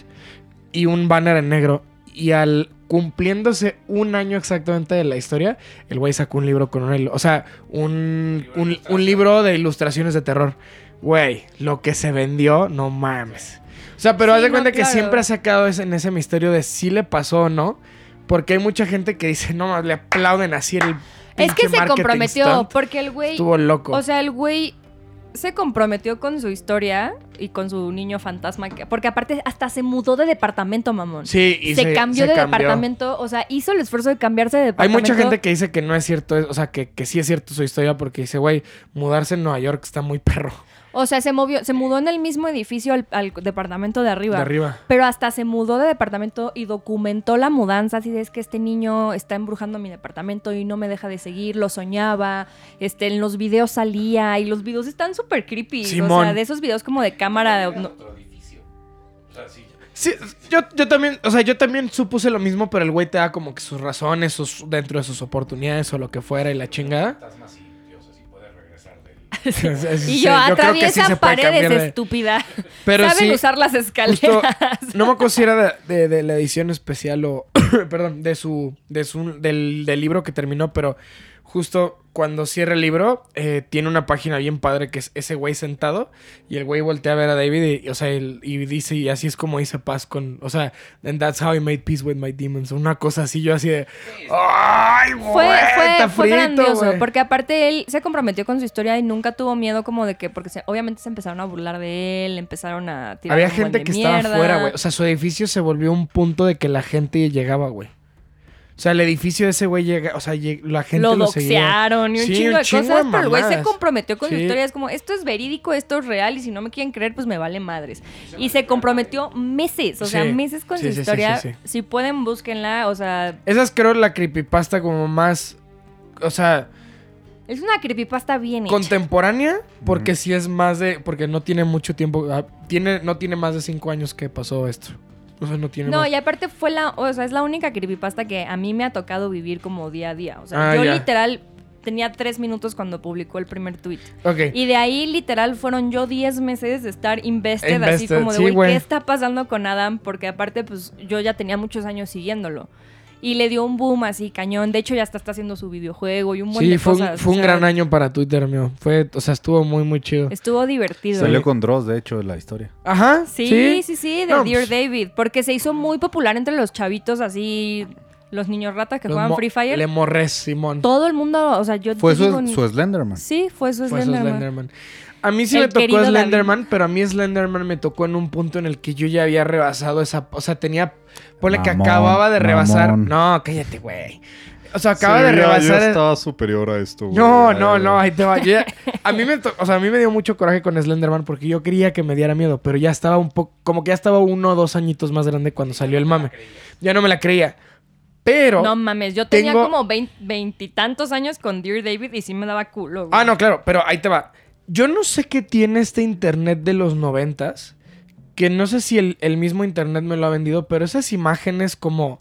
Speaker 2: y un banner en negro. Y al cumpliéndose un año exactamente de la historia, el güey sacó un libro con un... il- O sea, un, un, un libro de ilustraciones de terror. Güey, lo que se vendió, no mames. O sea, pero
Speaker 1: Sí,
Speaker 2: haz de
Speaker 1: no,
Speaker 2: cuenta que
Speaker 1: claro.
Speaker 2: siempre ha sacado ese- en ese misterio de si le pasó o no. Porque hay mucha gente que dice, no, le aplauden así el...
Speaker 1: es que
Speaker 2: pinche
Speaker 1: se
Speaker 2: marketing
Speaker 1: comprometió,
Speaker 2: stunt".
Speaker 1: porque el güey.
Speaker 2: Estuvo loco.
Speaker 1: O sea, el güey se comprometió con su historia y con su niño fantasma. que- Porque aparte, hasta se mudó de departamento, mamón.
Speaker 2: sí, y
Speaker 1: se, cambió
Speaker 2: se
Speaker 1: de departamento. O sea, hizo el esfuerzo de cambiarse de
Speaker 2: Hay
Speaker 1: departamento.
Speaker 2: mucha gente que dice que no es cierto, o sea, que, que sí es cierto su historia porque dice, güey, mudarse en Nueva York está muy perro
Speaker 1: O sea, se movió, se mudó en el mismo edificio al, al departamento de arriba.
Speaker 2: de arriba.
Speaker 1: Pero hasta se mudó de departamento y documentó la mudanza, así de es que este niño está embrujando mi departamento y no me deja de seguir, lo soñaba, este, en los videos salía y los videos están súper creepy, o sea,
Speaker 2: Simón.
Speaker 1: de esos videos como de cámara,
Speaker 3: Era
Speaker 1: no-
Speaker 3: otro edificio. O sea, sí,
Speaker 2: Sí, yo, yo también, o sea, yo también supuse lo mismo, pero el güey te da como que sus razones, sus, dentro de sus oportunidades o lo que fuera y la chingada.
Speaker 3: fantasmas y dioses y poder regresar del.
Speaker 1: y yo atraviesa paredes, estúpida.
Speaker 2: Pero
Speaker 1: Saben
Speaker 2: sí,
Speaker 1: usar las escaleras.
Speaker 2: justo, no me acuerdo si era de, de- de la edición especial o, perdón, de su, de su, del, del libro que terminó, pero justo cuando cierra el libro, eh, tiene una página bien padre que es ese güey sentado y el güey voltea a ver a David y, o sea, él- y dice, y así es como hice paz con, o sea, and that's how I made peace with my demons, una cosa así, yo así de, ay, güey,
Speaker 1: Fue, fue,
Speaker 2: está
Speaker 1: fue
Speaker 2: frito,
Speaker 1: grandioso,
Speaker 2: güey".
Speaker 1: porque aparte él se comprometió con su historia y nunca tuvo miedo como de que, porque se- obviamente se empezaron a burlar de él, empezaron a tirar
Speaker 2: Había
Speaker 1: un buen
Speaker 2: gente
Speaker 1: de
Speaker 2: que estaba
Speaker 1: mierda.
Speaker 2: afuera, güey. O sea, su edificio se volvió un punto de que la gente llegaba, güey. O sea, el edificio de ese güey llega, o sea, lleg- la gente
Speaker 1: lo
Speaker 2: lo, seguía.
Speaker 1: doxearon y un
Speaker 2: Sí,
Speaker 1: chingo
Speaker 2: un
Speaker 1: de
Speaker 2: chingo
Speaker 1: cosas,
Speaker 2: de
Speaker 1: pero el güey se
Speaker 2: mamadas.
Speaker 1: comprometió con su
Speaker 2: Sí.
Speaker 1: historia. Es como, esto es verídico, esto es real y si no me quieren creer, pues me vale madres. Y se comprometió meses, o sea,
Speaker 2: Sí,
Speaker 1: meses con
Speaker 2: sí,
Speaker 1: su
Speaker 2: sí, sí,
Speaker 1: historia.
Speaker 2: sí, sí.
Speaker 1: Si pueden, búsquenla. O sea,
Speaker 2: Esa es creo la creepypasta como más, o sea,
Speaker 1: es una creepypasta bien hecha.
Speaker 2: contemporánea, porque sí es más de, porque no tiene mucho tiempo, ah, tiene, no tiene más de cinco años que pasó esto. O sea, no tiene
Speaker 1: No,
Speaker 2: más.
Speaker 1: y aparte fue la, o sea, es la única creepypasta que a mí me ha tocado vivir como día a día. O sea,
Speaker 2: Ah,
Speaker 1: yo
Speaker 2: ya.
Speaker 1: literal tenía tres minutos cuando publicó el primer tweet.
Speaker 2: Ok.
Speaker 1: Y de ahí literal fueron yo 10 meses de estar invested, así
Speaker 2: Invested,
Speaker 1: como de,
Speaker 2: sí,
Speaker 1: güey,
Speaker 2: güey.
Speaker 1: ¿qué está pasando con Adam? Porque aparte, pues yo ya tenía muchos años siguiéndolo. Y le dio un boom así, cañón. De hecho, ya hasta está haciendo su videojuego y un montón
Speaker 2: Sí,
Speaker 1: de
Speaker 2: fue un,
Speaker 1: cosas.
Speaker 2: fue
Speaker 1: o
Speaker 2: un
Speaker 1: sea,
Speaker 2: gran año para Twitter, mío. Fue, o sea, estuvo muy, muy chido.
Speaker 1: Estuvo divertido.
Speaker 4: Salió con Dross, de hecho, la historia.
Speaker 2: Ajá.
Speaker 1: Sí, sí, sí, de
Speaker 2: No,
Speaker 1: Dear
Speaker 2: pues-
Speaker 1: David. Porque se hizo muy popular entre los chavitos así, los niños ratas que
Speaker 2: Los
Speaker 1: juegan
Speaker 2: mo-
Speaker 1: Free Fire.
Speaker 2: Le morré, Simón.
Speaker 1: Todo el mundo, o sea, yo
Speaker 4: Fue
Speaker 1: te digo,
Speaker 4: su, su Slenderman.
Speaker 1: Sí, fue su
Speaker 2: Fue su
Speaker 1: Slenderman.
Speaker 2: Pues Slenderman. A mí sí
Speaker 1: El
Speaker 2: me tocó
Speaker 1: querido David.
Speaker 2: Slenderman, pero a mí Slenderman me tocó en un punto en el que yo ya había rebasado esa. O sea, tenía. Ponle que
Speaker 4: Mamón,
Speaker 2: acababa de rebasar.
Speaker 4: mamón.
Speaker 2: No, cállate, güey. O sea, acaba de rebasar. el-
Speaker 4: superior a esto,
Speaker 2: No, no, no, ahí te va. Yo ya- a, mí me to- o sea, a mí me dio mucho coraje con Slenderman porque yo quería que me diera miedo, pero ya estaba un poco. Como que ya estaba uno o dos añitos más grande cuando salió el mame. Ya no me la creía. Pero.
Speaker 1: No mames, yo tenía
Speaker 2: Tengo-
Speaker 1: como vein- veintitantos años con Dear David y sí me daba culo. güey.
Speaker 2: Ah, no, claro, pero ahí te va. Yo no sé qué tiene este internet de los noventas que no sé si el, el mismo internet me lo ha vendido, pero esas imágenes como...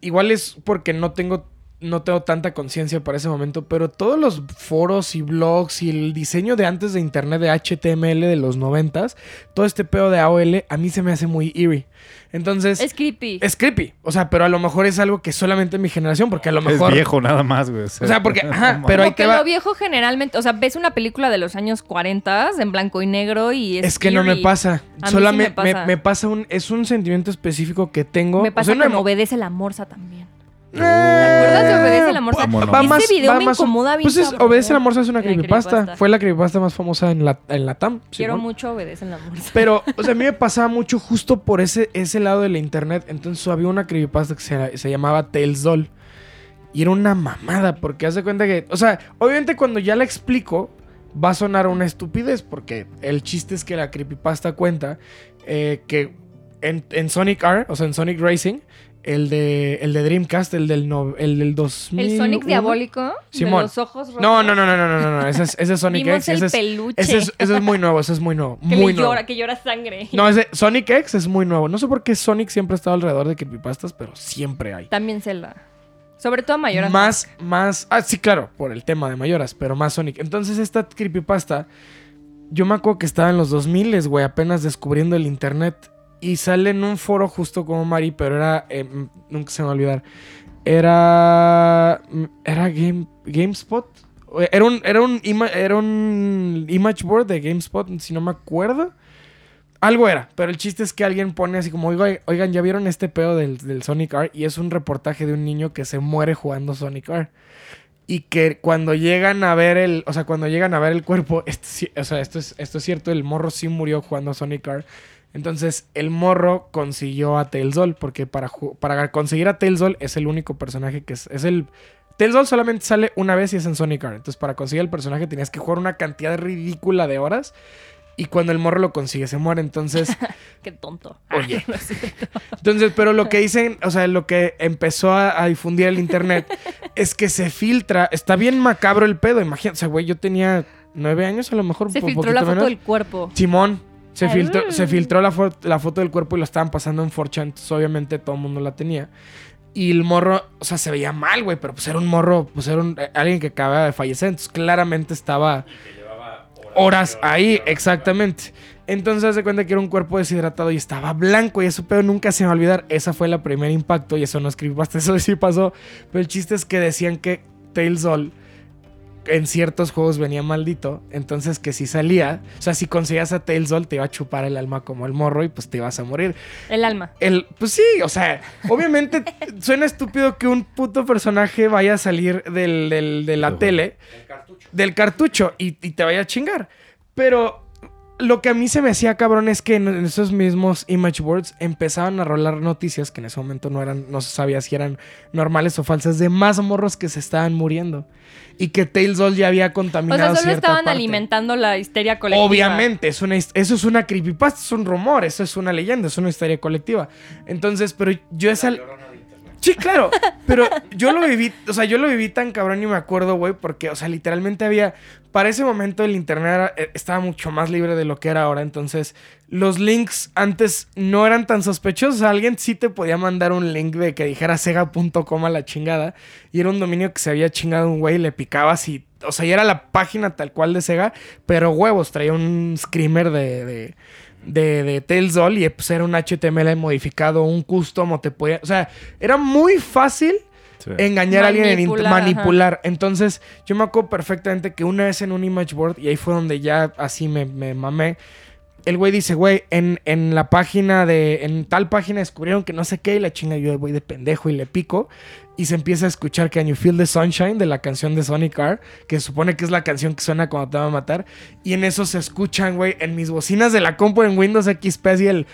Speaker 2: Igual es porque no tengo, no tengo tanta conciencia para ese momento, pero todos los foros y blogs y el diseño de antes de internet de HTML de los noventas, todo este pedo de AOL, a mí se me hace muy eerie. Entonces...
Speaker 1: Es creepy.
Speaker 2: Es creepy, o sea, pero a lo mejor es algo que solamente mi generación, porque a lo mejor...
Speaker 4: Es viejo nada más, güey.
Speaker 2: O sea, porque, ajá,
Speaker 4: no
Speaker 2: pero ahí
Speaker 1: Como
Speaker 2: te
Speaker 1: que
Speaker 2: va...
Speaker 1: lo viejo generalmente, o sea, ves una película de los años 40 en blanco y negro y es
Speaker 2: Es que no me
Speaker 1: eerie.
Speaker 2: pasa.
Speaker 1: A mí sí me
Speaker 2: Solamente me,
Speaker 1: pasa.
Speaker 2: me pasa un. Es un sentimiento específico que tengo.
Speaker 1: Me
Speaker 2: O
Speaker 1: pasa
Speaker 2: sea, una
Speaker 1: como
Speaker 2: emo-
Speaker 1: obedece la morsa también.
Speaker 2: Eh,
Speaker 1: acuerdas de Obedece la Morsa?
Speaker 4: vámonos.
Speaker 2: Va
Speaker 1: Ese
Speaker 2: más,
Speaker 1: Este video
Speaker 2: va
Speaker 1: me
Speaker 2: más-
Speaker 1: incomoda bien
Speaker 2: Pues es,
Speaker 1: cabrón. ¿eh?
Speaker 2: Obedece la Morsa es una
Speaker 1: La
Speaker 2: creepypasta.
Speaker 1: creepypasta.
Speaker 2: Fue la creepypasta más famosa en la, en la TAM.
Speaker 1: Quiero
Speaker 2: Simón.
Speaker 1: mucho obedece la morsa.
Speaker 2: Pero, o sea, a mí me pasaba mucho justo por ese, ese lado de la internet. Entonces había una creepypasta que se, se llamaba Tales Doll. Y era una mamada, porque haz de cuenta que. O sea, obviamente cuando ya la explico, va a sonar una estupidez, porque el chiste es que la creepypasta cuenta eh, que en, en Sonic R, o sea, en Sonic Racing, el de, el de Dreamcast, el del, no- el del 2000.
Speaker 1: El Sonic diabólico
Speaker 2: Simón.
Speaker 1: de los ojos rojos.
Speaker 2: No, no, no, no, no, no, no, no, Ese es, ese es Sonic
Speaker 1: Vimos
Speaker 2: X.
Speaker 1: el
Speaker 2: Ese es,
Speaker 1: peluche
Speaker 2: ese es, ese es muy nuevo, ese es muy nuevo.
Speaker 1: que
Speaker 2: muy
Speaker 1: le
Speaker 2: nuevo.
Speaker 1: llora, que llora sangre.
Speaker 2: No, ese Sonic X es muy nuevo. No sé por qué Sonic siempre ha estado alrededor de creepypastas, pero siempre hay.
Speaker 1: También Zelda. Sobre todo Mayoras.
Speaker 2: Más, más. Ah, sí, claro, por el tema de mayoras, pero más Sonic. Entonces, esta creepypasta, yo me acuerdo que estaba en los 2000, güey, apenas descubriendo el internet. Y sale en un foro justo como Mari, pero era. eh, m- nunca se me va a olvidar. Era. m- Era Game, GameSpot. O- Era un, era, un ima- era un image board de GameSpot, si no me acuerdo. Algo era, pero el chiste es que alguien pone así como, "Oiga- oigan, ¿ya vieron este pedo del, del Sonic R? Y es un reportaje de un niño que se muere jugando Sonic R. Y que cuando llegan a ver el, o sea, cuando llegan a ver el cuerpo, este sí- o sea, esto es, esto es cierto, el morro sí murió jugando Sonic R. Entonces, el morro consiguió a Tails Doll, porque para, ju- para conseguir a Tails Doll es el único personaje que es, es el... Tails Doll solamente sale una vez y es en Sonic R. Entonces, para conseguir el personaje tenías que jugar una cantidad ridícula de horas. Y cuando el morro lo consigue, se muere. Entonces,
Speaker 1: Qué tonto.
Speaker 2: Oye. Entonces, pero lo que dicen, o sea, lo que empezó a, a difundir el internet es que se filtra. Está bien macabro el pedo, imagínate. O sea, güey, yo tenía nueve años a lo mejor.
Speaker 1: Se
Speaker 2: po-
Speaker 1: filtró
Speaker 2: poquito
Speaker 1: la foto
Speaker 2: menos.
Speaker 1: del cuerpo.
Speaker 2: Simón. Se
Speaker 1: Ah.
Speaker 2: filtró, se filtró la, fo- la foto del cuerpo y lo estaban pasando en 4chan. entonces Obviamente todo el mundo la tenía. Y el morro, o sea, se veía mal, güey, pero pues era un morro, pues era un- eh, alguien que acaba de fallecer. Entonces claramente estaba
Speaker 3: que llevaba
Speaker 2: horas
Speaker 3: horas,
Speaker 2: ahí,
Speaker 3: horas.
Speaker 2: exactamente. Entonces se cuenta que era un cuerpo deshidratado y estaba blanco y eso pero nunca se me va a olvidar. Esa fue la primer impacto y eso no escribí hasta eso sí pasó. Pero el chiste es que decían que Tails Doll en ciertos juegos venía maldito, entonces que si salía, o sea, si conseguías a Tails Doll te iba a chupar el alma como el morro y pues te ibas a morir.
Speaker 1: El alma.
Speaker 2: El, pues sí, o sea, obviamente suena estúpido que un puto personaje vaya a salir del- del- de la
Speaker 4: Ujú.
Speaker 2: tele
Speaker 3: El cartucho.
Speaker 2: del cartucho y, y te vaya a chingar. Pero lo que a mí se me hacía cabrón es que en en esos mismos image boards empezaban a rolar noticias que en ese momento no eran, no se sabía si eran normales o falsas, de más morros que se estaban muriendo y que Tails Doll ya había
Speaker 1: O
Speaker 2: contaminado.
Speaker 1: sea, solo
Speaker 2: cierta
Speaker 1: estaban
Speaker 2: parte.
Speaker 1: alimentando la histeria colectiva.
Speaker 2: Obviamente, es una, his- eso es una creepypasta, es un rumor, eso es una leyenda, es una historia colectiva. Entonces, pero yo esa...
Speaker 3: La llorona de internet.
Speaker 2: Sí, claro, pero yo lo viví, o sea, yo lo viví tan cabrón y me acuerdo, güey, porque, o sea, literalmente había, para ese momento el internet era- eh, estaba mucho más libre de lo que era ahora, entonces los links antes no eran tan sospechosos, alguien sí te podía mandar un link de que dijera sega.com a la chingada, y era un dominio que se había chingado un güey y le picabas y, o sea, y era la página tal cual de Sega, pero huevos, traía un screamer de... de de, de Tales Doll y pues era un HTML modificado, un custom o te podía... O sea, era muy fácil engañar a alguien en int-
Speaker 1: Manipular, ajá.
Speaker 2: manipular. Entonces, yo me acuerdo perfectamente que una vez en un image board, y ahí fue donde ya así me, me mamé. El güey dice, güey, en, en la página de. En tal página descubrieron que no sé qué, y la chinga yo voy de pendejo y le pico. Y se empieza a escuchar Can You Feel the Sunshine de la canción de Sonic R, que se supone que es la canción que suena cuando te va a matar. Y en eso se escuchan, güey, en mis bocinas de la compu en Windows XP, y el.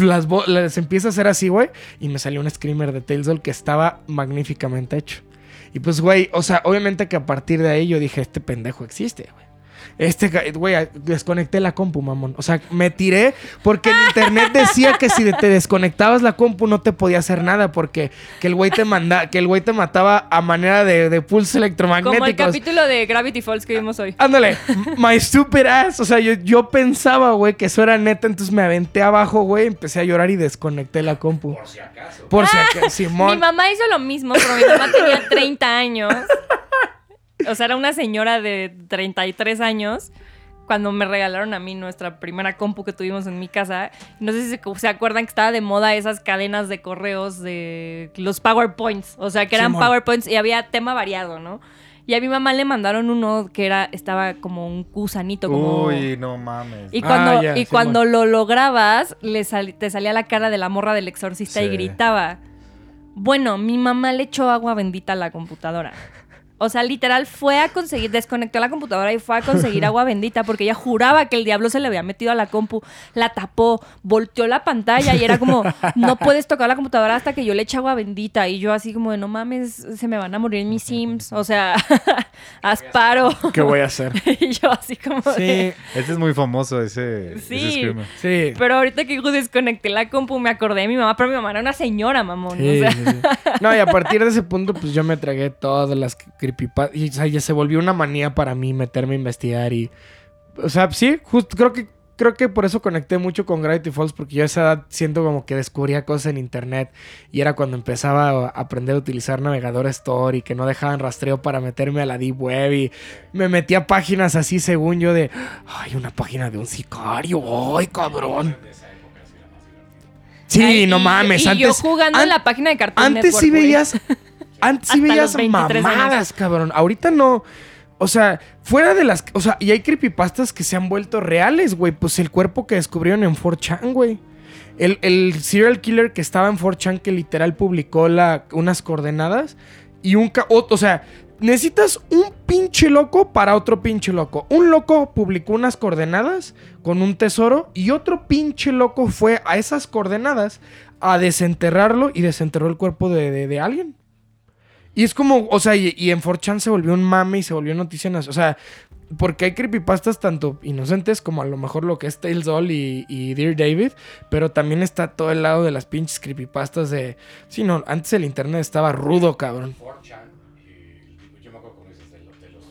Speaker 2: Las, bo- las empieza a hacer así, güey. Y me salió un screamer de Tales Doll que estaba magníficamente hecho. Y pues, güey, o sea, obviamente que a partir de ahí yo dije, este pendejo existe, güey. Este, ca- güey, desconecté la compu, mamón. O sea, me tiré porque en internet decía que si te desconectabas la compu no te podía hacer nada porque que el güey te manda, que el güey te mataba a manera de, de pulsos electromagnéticos.
Speaker 1: Como el capítulo de Gravity Falls que vimos hoy.
Speaker 2: Ándale, my stupid ass. O sea, yo, yo pensaba, güey, que eso era neta, entonces me aventé abajo, güey, empecé a llorar y desconecté la compu.
Speaker 3: Por si acaso.
Speaker 2: Por si acaso,
Speaker 1: Mi
Speaker 2: Simón.
Speaker 1: mamá hizo lo mismo, pero mi mamá tenía 30 años. O sea, era una señora de 33 años cuando me regalaron a mí nuestra primera compu que tuvimos en mi casa. No sé si se- se acuerdan que estaba de moda esas cadenas de correos de los PowerPoints. O sea, que eran
Speaker 2: Simón.
Speaker 1: PowerPoints y había tema variado, ¿no? Y a mi mamá le mandaron uno que era estaba como un gusanito, como...
Speaker 4: Uy, no mames.
Speaker 1: Y
Speaker 2: Ah,
Speaker 1: cuando,
Speaker 2: ya,
Speaker 1: y
Speaker 2: Simón.
Speaker 1: cuando lo lograbas, le sal- te salía la cara de la morra del exorcista y
Speaker 4: Sí.
Speaker 1: gritaba. Bueno, mi mamá le echó agua bendita a la computadora. O sea, literal fue a conseguir, desconectó la computadora y fue a conseguir agua bendita porque ella juraba que el diablo se le había metido a la compu, la tapó, volteó la pantalla y era como, no puedes tocar la computadora hasta que yo le eche agua bendita. Y yo así como de, no mames, se me van a morir mis Sims. O sea, asparo.
Speaker 2: ¿Qué voy a hacer?
Speaker 1: y yo así como de,
Speaker 2: Sí,
Speaker 4: Este es muy famoso, ese.
Speaker 1: Sí.
Speaker 4: ese screamer.
Speaker 2: sí.
Speaker 1: Pero ahorita que desconecté la compu me acordé de mi mamá, pero mi mamá era una señora, mamón.
Speaker 2: Sí,
Speaker 1: o sea,
Speaker 2: sí, sí. No, y a partir de ese punto, pues yo me tragué todas las creepypastas. Y o sea, ya se volvió una manía para mí meterme a investigar y. O sea, sí, justo creo que. Creo que por eso conecté mucho con Gravity Falls, porque yo a esa edad siento como que descubría cosas en internet y era cuando empezaba a aprender a utilizar navegador Store y que no dejaban rastreo para meterme a la Deep Web y me metía a páginas así según yo de, ay, una página de un sicario, ay, cabrón.
Speaker 3: De esa época sí era más divertido.
Speaker 2: Sí,
Speaker 1: ay,
Speaker 2: no
Speaker 1: y-
Speaker 2: mames,
Speaker 1: y
Speaker 2: antes...
Speaker 1: yo jugando
Speaker 2: an-
Speaker 1: en la página de Cartoon
Speaker 2: antes sí
Speaker 1: Network, güey.
Speaker 2: veías. Antes sí
Speaker 1: Hasta
Speaker 2: veías
Speaker 1: los 23 años.
Speaker 2: mamadas, cabrón. Ahorita no. O sea, fuera de las. O sea, y hay creepypastas que se han vuelto reales, güey. Pues el cuerpo que descubrieron en 4chan, güey. El, el serial killer que estaba en 4chan que literal publicó la, unas coordenadas y un. ca- O, o sea, necesitas un pinche loco para otro pinche loco. Un loco publicó unas coordenadas con un tesoro y otro pinche loco fue a esas coordenadas a desenterrarlo y desenterró el cuerpo de, de- de alguien. Y es como, o sea, y, y en 4chan se volvió un mame y se volvió noticia nacional. O sea, porque hay creepypastas tanto inocentes como a lo mejor lo que es Tales Doll y, y Dear David, pero también está todo el lado de las pinches creepypastas de... Sí, no, antes el internet estaba rudo, cabrón.
Speaker 3: 4chan, y yo me acuerdo como dices de los. De los,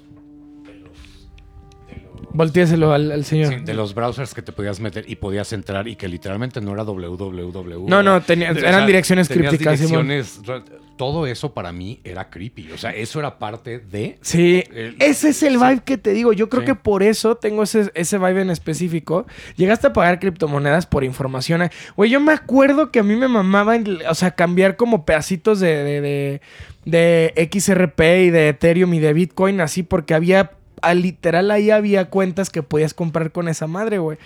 Speaker 3: de los, de los
Speaker 2: Voltéaselo al, al señor.
Speaker 3: Sí, de los browsers que te podías meter y podías entrar y que literalmente no era www.
Speaker 2: No, no, tenía-
Speaker 3: De- o
Speaker 2: eran
Speaker 3: sea,
Speaker 2: direcciones
Speaker 3: tenías
Speaker 2: crípticas. Simón.
Speaker 3: direcciones, ra- todo eso para mí era creepy. O sea, eso era parte de.
Speaker 2: Sí,
Speaker 3: El-
Speaker 2: ese es el
Speaker 3: sí.
Speaker 2: vibe que te digo. Yo creo
Speaker 3: Sí.
Speaker 2: que por eso tengo ese, ese vibe en específico. Llegaste a pagar criptomonedas por información. eh. Güey, yo me acuerdo que a mí me mamaba, el- o sea, cambiar como pedacitos de, de, de- de XRP y de Ethereum y de Bitcoin, así, porque había, a- literal, ahí había cuentas que podías comprar con esa madre, güey.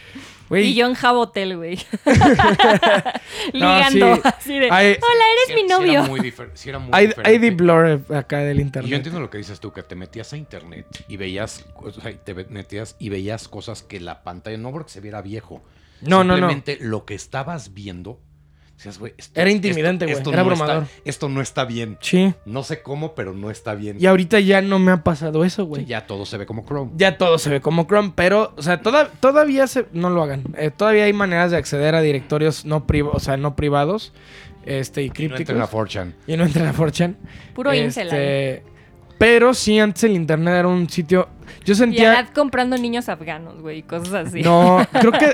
Speaker 2: Güey,
Speaker 1: Y yo en Jabotel, güey.
Speaker 2: No,
Speaker 1: Ligando,
Speaker 2: sí.
Speaker 1: así de,
Speaker 2: Hay-
Speaker 1: hola, eres
Speaker 3: Sí-
Speaker 1: mi
Speaker 3: sí era
Speaker 1: novio.
Speaker 3: muy difer- sí era muy
Speaker 2: hay, hay
Speaker 3: diferente.
Speaker 2: deep lore acá del
Speaker 3: Y yo
Speaker 2: internet.
Speaker 3: entiendo lo que dices tú, que te metías a internet y veías, o sea, y te metías y veías cosas que la pantalla no porque se viera viejo.
Speaker 2: No, no, no.
Speaker 3: Simplemente lo que estabas viendo, decías, güey, esto-
Speaker 2: Era intimidante, güey,
Speaker 3: esto- esto
Speaker 2: era
Speaker 3: no está-
Speaker 2: abrumador.
Speaker 3: esto no está bien.
Speaker 2: Sí.
Speaker 3: No sé cómo, pero no está bien.
Speaker 2: Y ahorita ya no me ha pasado eso, güey.
Speaker 3: Sí, pues, ya todo se ve como Chrome.
Speaker 2: Ya todo se ve como Chrome, pero, o sea, toda- todavía se, no lo hagan. Eh, todavía hay maneras de acceder a directorios no, priv- o sea, no privados este, y
Speaker 3: Y no entren a
Speaker 2: crípticos.
Speaker 3: 4chan.
Speaker 2: Y no entran a 4chan.
Speaker 1: Puro incel ahí.
Speaker 2: Este, Pero sí, antes el internet era un sitio. Yo
Speaker 1: Y Arad
Speaker 2: sentía.
Speaker 1: comprando niños afganos, güey, y cosas así.
Speaker 2: No, creo que.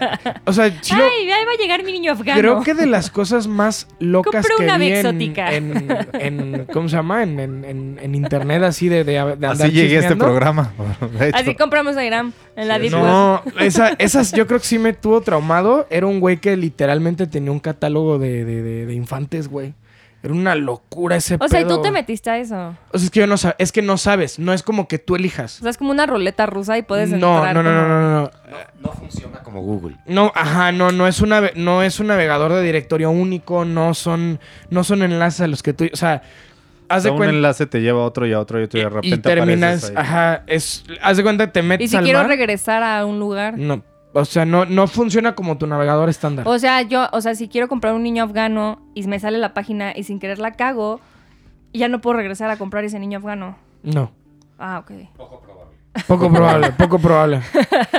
Speaker 2: O sea, sí lo-
Speaker 1: Ay, ahí va a llegar mi niño afgano.
Speaker 2: creo que de las cosas más locas
Speaker 1: Compré
Speaker 2: que
Speaker 1: una
Speaker 2: vi
Speaker 1: ave
Speaker 2: en-
Speaker 1: exótica.
Speaker 2: En, en- ¿Cómo se llama? En, en- en- en internet, así de, de, de andar
Speaker 4: Así llegué a este
Speaker 2: chismeando.
Speaker 4: programa. De hecho.
Speaker 1: Así compramos a Iram en la
Speaker 4: Sí,
Speaker 1: Deep Web.
Speaker 2: No, esa- esas yo creo que sí me tuvo traumado. Era un güey que literalmente tenía un catálogo de, de- de- de infantes, güey. Era una locura ese
Speaker 1: O sea, y tú
Speaker 2: pedo.
Speaker 1: te metiste a eso.
Speaker 2: O sea, es que yo no sabes, es que no sabes, no es como que tú
Speaker 1: O
Speaker 2: elijas.
Speaker 1: sea, es como una ruleta rusa y puedes
Speaker 2: no,
Speaker 1: entrar.
Speaker 2: no, no,
Speaker 1: como-
Speaker 2: no, no, no.
Speaker 3: No, Eh, no funciona como Google.
Speaker 2: No, ajá, no, no es una no es un navegador de directorio único, no son no son enlaces a los que tú, o sea, haz
Speaker 4: O sea,
Speaker 2: de
Speaker 4: un
Speaker 2: cuenta
Speaker 4: enlace te lleva a otro y a otro y otro y de
Speaker 2: y
Speaker 4: repente
Speaker 2: terminas,
Speaker 4: apareces ahí.
Speaker 2: ajá, es haz de cuenta te metes
Speaker 1: Y si
Speaker 2: al
Speaker 1: quiero
Speaker 2: mar,
Speaker 1: regresar a un lugar.
Speaker 2: no, o sea, no no funciona como tu navegador estándar.
Speaker 1: O sea, yo, o sea, si quiero comprar un niño afgano y me sale la página y sin querer la cago, ya no puedo regresar a comprar ese niño afgano.
Speaker 2: No.
Speaker 1: Ah, ok.
Speaker 3: Poco probable.
Speaker 2: Poco probable, poco probable.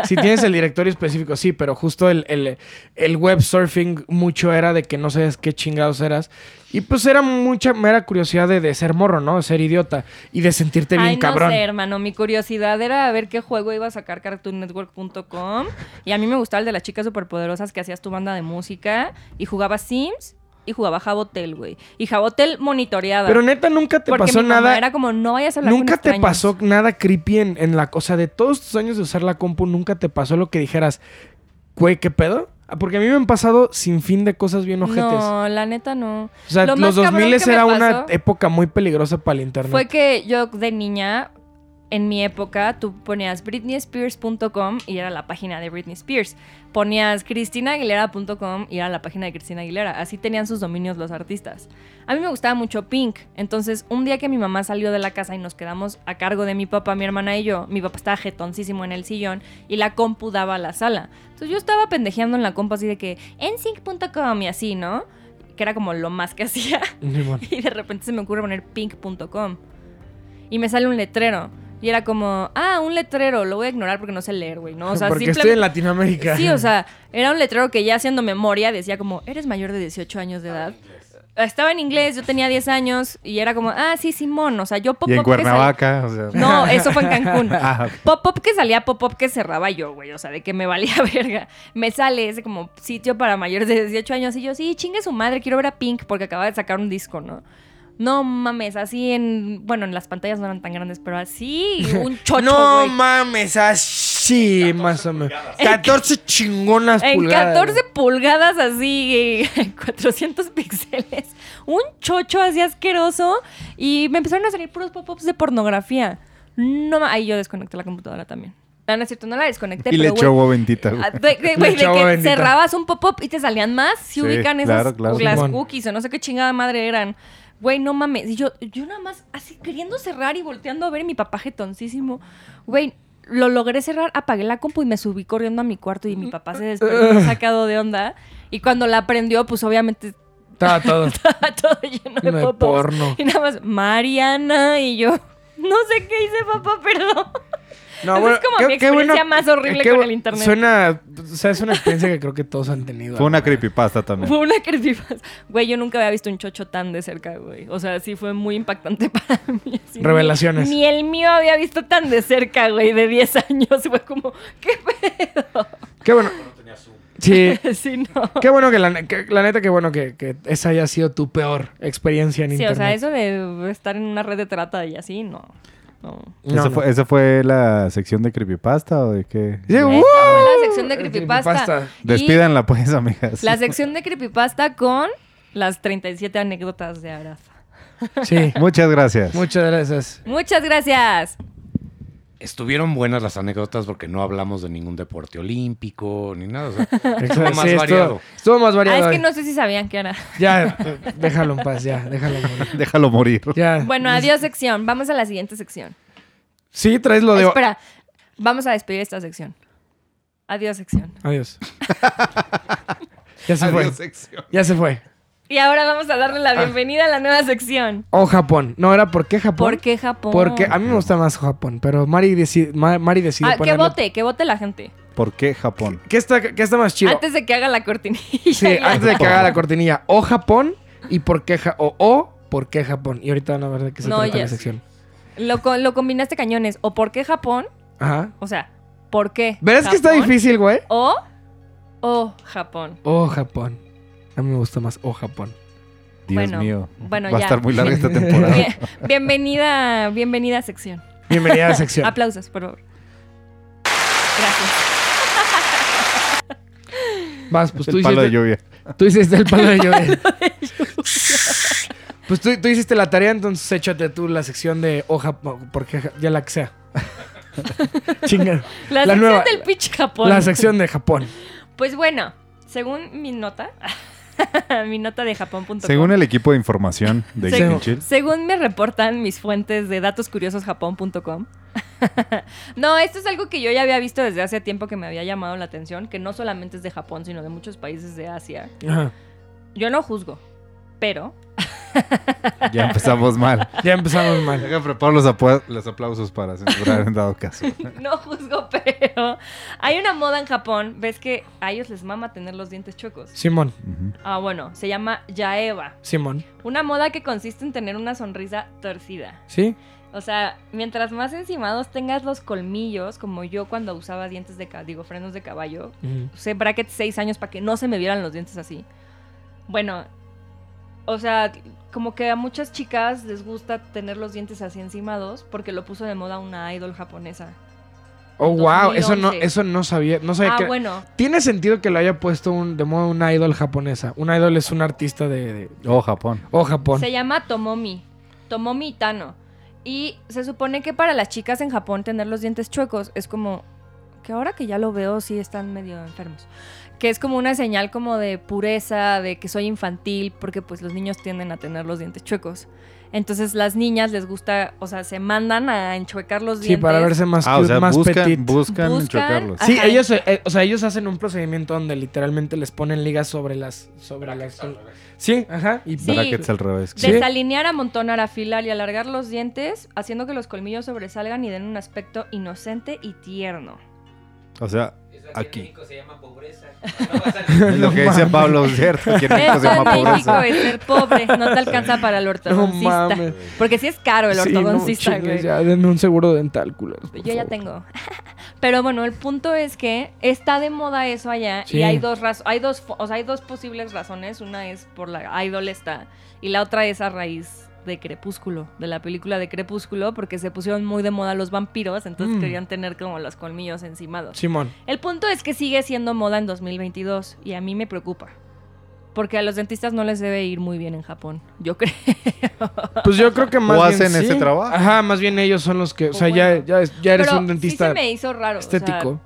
Speaker 2: Si tienes el directorio específico, sí, pero justo el, el- el web surfing mucho era de que no sabías qué chingados eras. Y pues era mucha mera curiosidad de, de ser morro, ¿no? De ser idiota y de sentirte bien
Speaker 1: Ay, no
Speaker 2: cabrón.
Speaker 1: sé, hermano. Mi curiosidad era ver qué juego iba a sacar CartoonNetwork.com. Y a mí me gustaba el de las chicas superpoderosas que hacías tu banda de música. Y jugaba Sims y jugaba Jabotel, güey. Y Jabotel monitoreada.
Speaker 2: Pero neta, nunca te
Speaker 1: porque
Speaker 2: pasó
Speaker 1: mi mamá
Speaker 2: nada.
Speaker 1: Era como, no vayas a hablar con
Speaker 2: Nunca te
Speaker 1: extraños".
Speaker 2: pasó nada creepy en, en la cosa de todos tus años de usar la compu, nunca te pasó lo que dijeras, güey, ¿qué pedo? Ah, Porque a mí me han pasado sin fin de cosas bien ojetes.
Speaker 1: No, la neta no.
Speaker 2: o sea,
Speaker 1: lo más
Speaker 2: los
Speaker 1: cabrón
Speaker 2: 2000
Speaker 1: que me
Speaker 2: era una
Speaker 1: pasó-
Speaker 2: época muy peligrosa para el internet.
Speaker 1: Fue que yo de niña, en mi época, tú ponías britneyspears.com y era la página de Britney Spears. Ponías cristinaguilera.com y era la página de Cristina Aguilera. Así tenían sus dominios los artistas. A mí me gustaba mucho Pink. Entonces, un día que mi mamá salió de la casa y nos quedamos a cargo de mi papá, mi hermana y yo, mi papá estaba jetoncísimo en el sillón y la compu daba a la sala. Entonces, yo estaba pendejeando en la compu así de que nsync.com y así, ¿no? Que era como lo más que hacía.
Speaker 2: Ni modo.
Speaker 1: Y de repente se me ocurre poner pink.com. Y me sale un letrero. Y era como, ah, un letrero, lo voy a ignorar porque no sé leer, güey, ¿no? O sea,
Speaker 2: Porque
Speaker 1: simplemente...
Speaker 2: estoy en Latinoamérica.
Speaker 1: Sí, o sea, era un letrero que ya haciendo memoria decía como, eres mayor de 18 años de edad. Estaba en inglés, yo tenía 10 años y era como, ah, sí, Simón, o sea, yo pop
Speaker 4: Y en
Speaker 1: pop que sal-
Speaker 4: Cuernavaca, o sea.
Speaker 1: No, eso fue en Cancún.
Speaker 4: Ah,
Speaker 1: Pop-up que salía, pop-up que cerraba yo, güey. O sea, de que me valía verga. Me sale ese como sitio para mayores de 18 años. Y yo, sí, chingue su madre, quiero ver a Pink porque acaba de sacar un disco, ¿no? No mames, así en. Bueno, en las pantallas no eran tan grandes, pero así un chocho.
Speaker 2: no
Speaker 1: güey.
Speaker 2: mames, así más o menos. 14 chingonas
Speaker 1: En
Speaker 2: pulgadas.
Speaker 1: 14 pulgadas así, 400 píxeles. Un chocho así asqueroso. Y me empezaron a salir puros pop-ups de pornografía. No, ma- ahí yo desconecté la computadora también. No, no es cierto, no la desconecté.
Speaker 4: y le
Speaker 1: pero,
Speaker 4: echó
Speaker 1: güey,
Speaker 4: agua bendita, güey.
Speaker 1: ah, de- de- güey, de
Speaker 2: Chavo
Speaker 1: que
Speaker 2: bendito.
Speaker 1: cerrabas un pop-up y te salían más. Si
Speaker 4: Sí,
Speaker 1: ubican esas
Speaker 4: claro, claro.
Speaker 1: las
Speaker 2: Simón.
Speaker 1: cookies o no sé qué chingada madre eran. Güey, no mames. Y yo, yo nada más así queriendo cerrar y volteando a ver y mi papá jetoncísimo. Güey, lo logré cerrar, apagué la compu y me subí corriendo a mi cuarto y mi papá se despertó sacado de onda. Y cuando la prendió, pues obviamente
Speaker 2: Estaba todo.
Speaker 1: estaba todo lleno de
Speaker 2: De
Speaker 1: pop-ups.
Speaker 2: porno.
Speaker 1: Y nada más, Mariana y yo. No sé qué hice, papá, perdón. Esa es como mi experiencia más horrible
Speaker 2: qué
Speaker 1: con
Speaker 2: bu-
Speaker 1: el internet.
Speaker 2: Suena, o sea, es una experiencia que creo que todos han tenido.
Speaker 4: Fue una creepypasta también.
Speaker 1: Fue una creepypasta. Güey, yo nunca había visto un chocho tan de cerca, güey. O sea, sí fue muy impactante para mí. así.
Speaker 2: Revelaciones.
Speaker 1: Ni el mío había visto tan de cerca, güey, de 10 años. Fue como, ¿qué pedo?
Speaker 2: Qué bueno. Sí.
Speaker 1: Sí, no.
Speaker 2: Qué bueno que la, ne- que- la neta, qué bueno que, que esa haya sido tu peor experiencia en
Speaker 1: Sí, o
Speaker 2: internet.
Speaker 1: sea, eso de estar en una red de trata y así, no. No.
Speaker 2: No,
Speaker 4: ¿Esa,
Speaker 2: no.
Speaker 4: Fue, ¿Esa fue la sección de creepypasta o de qué?
Speaker 2: Sí, ¡uh! ¡wow!
Speaker 1: Fue Ah, la sección de creepypasta. Y
Speaker 4: Despídanla, pues, amigas.
Speaker 1: La sección de creepypasta con las 37 anécdotas de Arafa.
Speaker 2: Sí.
Speaker 4: Muchas gracias.
Speaker 2: Muchas gracias.
Speaker 1: Muchas gracias.
Speaker 3: Estuvieron buenas las anécdotas porque no hablamos de ningún deporte olímpico ni nada. o sea, estuvo
Speaker 2: Exacto,
Speaker 3: más
Speaker 2: sí, estuvo-
Speaker 3: variado.
Speaker 2: Estuvo más
Speaker 1: Ah,
Speaker 2: variado.
Speaker 1: es que
Speaker 2: hoy.
Speaker 1: no sé si sabían que era.
Speaker 2: Ya, eh, déjalo en paz, ya, déjalo en paz.
Speaker 4: Déjalo morir.
Speaker 2: Ya.
Speaker 1: Bueno, adiós sección. Vamos a la siguiente sección.
Speaker 2: Sí, traes lo de.
Speaker 1: Espera, vamos a despedir esta sección. Adiós, sección.
Speaker 2: Adiós. ya se fue. Ya se fue.
Speaker 1: Y ahora vamos a darle la bienvenida a la nueva sección.
Speaker 2: O Japón. No, era por qué Ah. Japón.
Speaker 1: ¿Por qué Japón?
Speaker 2: Porque ah, a mí me gusta más Japón, pero Mari decide, Mari decide
Speaker 1: Ah, que
Speaker 2: ponerlo-
Speaker 1: vote, que vote la gente.
Speaker 4: ¿Por qué Japón?
Speaker 2: ¿Qué está, qué está más chido?
Speaker 1: Antes de que haga la cortinilla.
Speaker 2: sí,
Speaker 1: y la-
Speaker 2: antes de que haga la cortinilla. O Japón y por qué Ja- o, o por qué Japón. Y ahorita van a ver de qué se
Speaker 1: No,
Speaker 2: trata la
Speaker 1: yes.
Speaker 2: sección.
Speaker 1: Lo, co- lo combinaste cañones. O por qué Japón,
Speaker 2: Ajá.
Speaker 1: o sea, ¿por qué?
Speaker 2: ¿Verás que está
Speaker 1: Japón?
Speaker 2: difícil, güey?
Speaker 1: O, o Japón.
Speaker 2: O Japón. A mí me gusta más O Japón.
Speaker 4: Dios
Speaker 1: Bueno,
Speaker 4: mío.
Speaker 1: bueno,
Speaker 4: Va a
Speaker 1: ya. Eh,
Speaker 4: estar muy larga esta temporada.
Speaker 1: Bien- bienvenida, bienvenida sección.
Speaker 2: Bienvenida a la sección.
Speaker 1: Aplausos, por favor. Gracias.
Speaker 2: Vas, pues tú
Speaker 4: el palo de
Speaker 2: hiciste,
Speaker 4: lluvia.
Speaker 2: tú hiciste el palo de lluvia. Pues tú, tú hiciste la tarea, entonces échate tú la sección de O Japón, porque Ja- ya la que sea. Chinga.
Speaker 1: La,
Speaker 2: La
Speaker 1: sección
Speaker 2: nueva-
Speaker 1: del pitch Japón.
Speaker 2: La sección de Japón.
Speaker 1: Pues bueno, según mi nota, mi nota de japón.com.
Speaker 4: Según el equipo de información de
Speaker 2: Según-
Speaker 4: Geekin Chill.
Speaker 1: según me reportan mis fuentes de datoscuriososjapón.com. no, esto es algo que yo ya había visto desde hace tiempo que me había llamado la atención, que no solamente es de Japón, sino de muchos países de Asia.
Speaker 2: Ajá.
Speaker 1: Yo no juzgo, pero
Speaker 4: Ya empezamos mal.
Speaker 2: Ya empezamos mal.
Speaker 4: Deja preparo los, apua- los aplausos para censurar en dado caso.
Speaker 1: No juzgo, pero hay una moda en Japón. ¿Ves que a ellos les mama tener los dientes chuecos?
Speaker 2: Simón,
Speaker 4: Ujú.
Speaker 1: Ah, bueno, se llama Yaeva.
Speaker 2: Simón.
Speaker 1: Una moda que consiste en tener una sonrisa torcida.
Speaker 2: ¿Sí?
Speaker 1: O sea, mientras más encimados tengas los colmillos, como yo cuando usaba dientes de ca- digo, frenos de caballo,
Speaker 2: Ujú.
Speaker 1: usé brackets seis años para que no se me vieran los dientes así. Bueno, o sea, como que a muchas chicas les gusta tener los dientes así encimados porque lo puso de moda una idol japonesa.
Speaker 2: Oh, wow,
Speaker 1: 2011.
Speaker 2: eso no, eso no sabía. No sabía
Speaker 1: ah,
Speaker 2: que.
Speaker 1: bueno,
Speaker 2: Tiene sentido que lo haya puesto un, de moda una idol japonesa. Una idol es un artista de. de-
Speaker 4: Oh, Japón.
Speaker 2: o Japón.
Speaker 1: se llama Tomomi, Tomomi Tano. Y se supone que para las chicas en Japón tener los dientes chuecos es como que ahora que ya lo veo sí están medio enfermos. Que es como una señal como de pureza, de que soy infantil, porque pues los niños tienden a tener los dientes chuecos. Entonces las niñas les gusta, o sea, se mandan a enchuecar los
Speaker 2: Sí,
Speaker 1: dientes.
Speaker 2: para verse más,
Speaker 4: Ah, o
Speaker 2: cute,
Speaker 4: sea,
Speaker 2: más
Speaker 4: buscan,
Speaker 2: petit.
Speaker 4: buscan,
Speaker 1: Buscan-
Speaker 4: chocarlos.
Speaker 2: Sí,
Speaker 1: Ajá.
Speaker 2: ellos, eh, o sea, ellos hacen un procedimiento donde literalmente les ponen ligas sobre las, sobre las, sí, ajá, y
Speaker 1: Sí.
Speaker 4: Brackets al revés.
Speaker 2: Sí.
Speaker 1: Desalinear, amontonar, afilar y alargar los dientes, haciendo que los colmillos sobresalgan y den un aspecto inocente y tierno.
Speaker 4: O sea,
Speaker 5: Eso
Speaker 4: Aquí.
Speaker 5: aquí en México se llama pobreza. No vas al-
Speaker 4: es lo que
Speaker 2: No
Speaker 4: decía
Speaker 2: mames.
Speaker 4: Pablo, ¿cierto? Aquí en México se
Speaker 1: Eso en
Speaker 4: llama
Speaker 1: México
Speaker 4: pobreza.
Speaker 1: es ser pobre, no te alcanza para el
Speaker 2: no
Speaker 1: ortodoncista.
Speaker 2: mames.
Speaker 1: Porque sí es caro el
Speaker 2: Sí, no,
Speaker 1: ortodoncista,
Speaker 2: chingues,
Speaker 1: güey.
Speaker 2: ya, denme un seguro dental, culeros, por
Speaker 1: Yo ya
Speaker 2: favor.
Speaker 1: tengo. Pero bueno, el punto es que está de moda eso allá
Speaker 2: Sí.
Speaker 1: y hay dos raz- hay dos, fo- o sea, hay dos posibles razones, una es por la idol está y la otra es a raíz de Crepúsculo, de la película de Crepúsculo, porque se pusieron muy de moda los vampiros, entonces
Speaker 2: Mm.
Speaker 1: querían tener como los colmillos encimados.
Speaker 2: Simón,
Speaker 1: El punto es que sigue siendo moda en 2022 y a mí me preocupa. Porque a los dentistas no les debe ir muy bien en Japón, yo creo.
Speaker 2: pues yo creo que más
Speaker 4: ¿O
Speaker 2: bien
Speaker 4: hacen
Speaker 2: sí.
Speaker 4: ese trabajo?
Speaker 2: Ajá, más bien ellos son los que, o
Speaker 1: O
Speaker 2: sea, ya,
Speaker 1: Oh, bueno.
Speaker 2: ya, es- ya eres
Speaker 1: Pero
Speaker 2: un
Speaker 1: Sí
Speaker 2: dentista
Speaker 1: se me hizo raro. o sea,
Speaker 2: estético.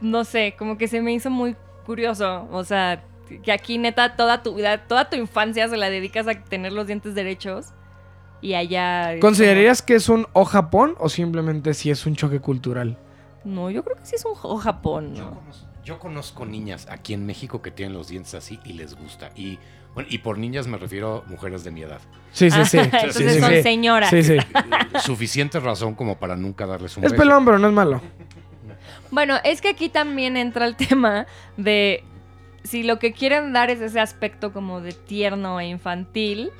Speaker 1: no sé, como que se me hizo muy curioso. O sea, que aquí neta toda tu vida, toda tu infancia se la dedicas a tener los dientes derechos y allá... es
Speaker 2: ¿Considerarías que es un o Japón o simplemente si es un choque cultural?
Speaker 1: como- No, yo creo que sí es un jo- Japón,
Speaker 3: Yo
Speaker 1: ¿no?
Speaker 3: conozco, yo conozco niñas aquí en México que tienen los dientes así y les gusta. Y, bueno, y por niñas me refiero a mujeres de mi edad.
Speaker 2: Sí, sí, sí.
Speaker 1: Ah, Entonces
Speaker 2: sí, sí,
Speaker 1: son
Speaker 2: sí.
Speaker 1: señoras.
Speaker 2: Sí, sí.
Speaker 3: Suficiente razón como para nunca darles un
Speaker 2: Es
Speaker 3: beso.
Speaker 2: pelón, pero no es malo.
Speaker 1: Bueno, es que aquí también entra el tema de si lo que quieren dar es ese aspecto como de tierno e infantil.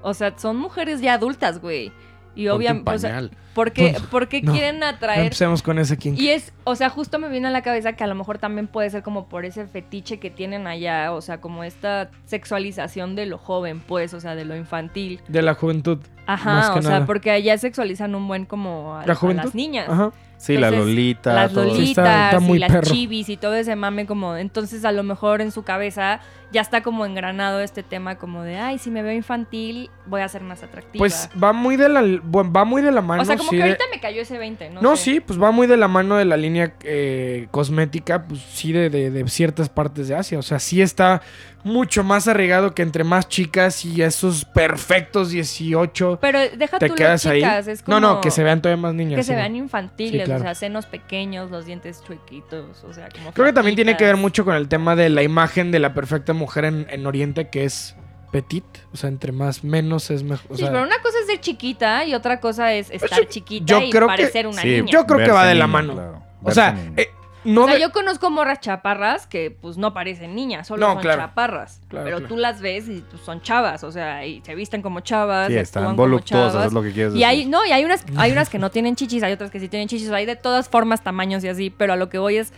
Speaker 1: O sea, son mujeres ya adultas, güey. Y
Speaker 3: Ponte un
Speaker 1: obviamente,
Speaker 3: pañal.
Speaker 1: ¿por qué,
Speaker 2: Ponte-
Speaker 1: por qué
Speaker 2: no,
Speaker 1: quieren
Speaker 2: No
Speaker 1: atraer?
Speaker 2: empecemos con ese king.
Speaker 1: Y es, o sea, justo me vino a la cabeza que a lo mejor también puede ser como por ese fetiche que tienen allá, o sea, como esta sexualización de lo joven, pues, o sea, de lo infantil.
Speaker 2: De la juventud. Más
Speaker 1: Ajá,
Speaker 2: que
Speaker 1: o sea,
Speaker 2: nada.
Speaker 1: porque allá sexualizan un buen como a,
Speaker 2: ¿La
Speaker 1: a
Speaker 2: juventud?
Speaker 1: las niñas.
Speaker 2: Ajá.
Speaker 4: Sí, la
Speaker 1: Entonces,
Speaker 4: Lolita.
Speaker 1: las
Speaker 4: todo eso.
Speaker 1: lolitas
Speaker 2: Está- está muy
Speaker 1: y las
Speaker 2: perro.
Speaker 1: chivis y todo ese mame como entonces a lo mejor en su cabeza ya está como engranado este tema como de ay si me veo infantil voy a ser más atractiva
Speaker 2: Pues va muy de la bueno, va muy de la mano.
Speaker 1: o sea como
Speaker 2: sí,
Speaker 1: que
Speaker 2: de-
Speaker 1: ahorita me cayó ese 20 no,
Speaker 2: No,
Speaker 1: sé.
Speaker 2: sí, pues va muy de la mano de la línea eh, cosmética, pues sí, de, de- de ciertas partes de Asia. O sea, sí está mucho más arraigado que entre más chicas y esos perfectos 18
Speaker 1: pero deja
Speaker 2: te
Speaker 1: tú las
Speaker 2: quedas ahí.
Speaker 1: chicas es como
Speaker 2: No, no, que se vean todavía más niñas.
Speaker 1: que se
Speaker 2: sí.
Speaker 1: vean infantiles
Speaker 2: Sí, claro.
Speaker 1: o sea senos pequeños los dientes chuequitos o sea como
Speaker 2: Creo que también tiene que ver
Speaker 1: flaquitas.
Speaker 2: mucho con el tema de la imagen de la perfecta mujer en, en Oriente, que es petit. O sea, entre más menos es mejor. o
Speaker 1: sí
Speaker 2: sea, Pues
Speaker 1: pero una cosa es ser chiquita y otra cosa es estar chiquita
Speaker 2: yo
Speaker 1: y
Speaker 2: creo que-
Speaker 1: parecer una
Speaker 4: Sí,
Speaker 1: niña
Speaker 2: Yo creo que
Speaker 4: verse
Speaker 2: va de la
Speaker 4: niño,
Speaker 2: mano.
Speaker 4: claro,
Speaker 2: o
Speaker 4: verse
Speaker 2: sea,
Speaker 4: niño.
Speaker 2: eh, no
Speaker 1: o sea,
Speaker 2: de-
Speaker 1: yo conozco morras chaparras que pues no parecen niñas, solo
Speaker 2: No,
Speaker 1: son
Speaker 2: claro.
Speaker 1: chaparras.
Speaker 2: Claro,
Speaker 1: pero
Speaker 2: claro.
Speaker 1: tú las ves y pues, son chavas, o sea, y se visten como chavas.
Speaker 4: sí,
Speaker 1: actúan
Speaker 4: están
Speaker 1: como
Speaker 4: voluptuosas,
Speaker 1: chavas.
Speaker 4: es lo que quieres
Speaker 1: Y hay,
Speaker 4: decir.
Speaker 1: no, y hay unas, hay unas que no tienen chichis, hay otras que sí tienen chichis, hay de todas formas, tamaños y así, pero a lo que voy es,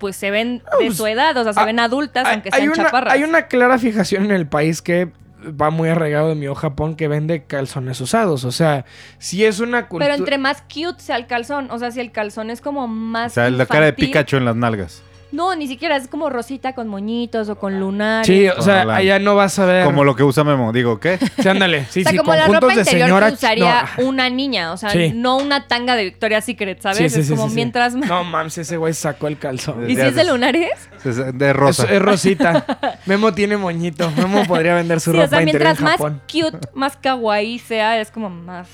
Speaker 1: pues se ven de
Speaker 2: pues,
Speaker 1: su edad, o sea, se
Speaker 2: ah,
Speaker 1: ven adultas, aunque sean
Speaker 2: una,
Speaker 1: chaparras.
Speaker 2: hay una clara fijación en el país que va muy arraigado de mi o Japón que vende calzones usados. O sea, si es una cultura.
Speaker 1: Pero entre más cute sea el calzón, o sea, si el calzón es como
Speaker 4: O
Speaker 1: más.
Speaker 4: sea, la cara de
Speaker 1: infantil-
Speaker 4: Pikachu en las nalgas.
Speaker 1: No, ni siquiera, es como rosita con moñitos o con lunares.
Speaker 2: Sí, o sea,
Speaker 4: Ojalá.
Speaker 2: allá no vas a ver.
Speaker 4: Como lo que usa Memo. Digo, ¿qué?
Speaker 2: Sí, ándale. Sí,
Speaker 1: o sea,
Speaker 2: sí,
Speaker 1: como la
Speaker 2: conjuntos
Speaker 1: ropa
Speaker 2: de
Speaker 1: interior
Speaker 2: señora-
Speaker 1: que usaría
Speaker 2: No,
Speaker 1: una niña, o sea,
Speaker 2: Sí.
Speaker 1: no una tanga de Victoria's Secret, ¿sabes?
Speaker 2: Sí, sí,
Speaker 1: es
Speaker 2: sí,
Speaker 1: como
Speaker 2: sí, sí.
Speaker 1: mientras más...
Speaker 2: No mames, ese güey sacó el calzón.
Speaker 1: ¿Y si es de lunares?
Speaker 4: Es De
Speaker 2: Es,
Speaker 4: rosa.
Speaker 2: es rosita. Memo tiene moñito. Memo podría vender su
Speaker 1: Sí,
Speaker 2: ropa
Speaker 1: o sea,
Speaker 2: interior en
Speaker 1: mientras más
Speaker 2: Japón.
Speaker 1: cute, más kawaii sea, es como más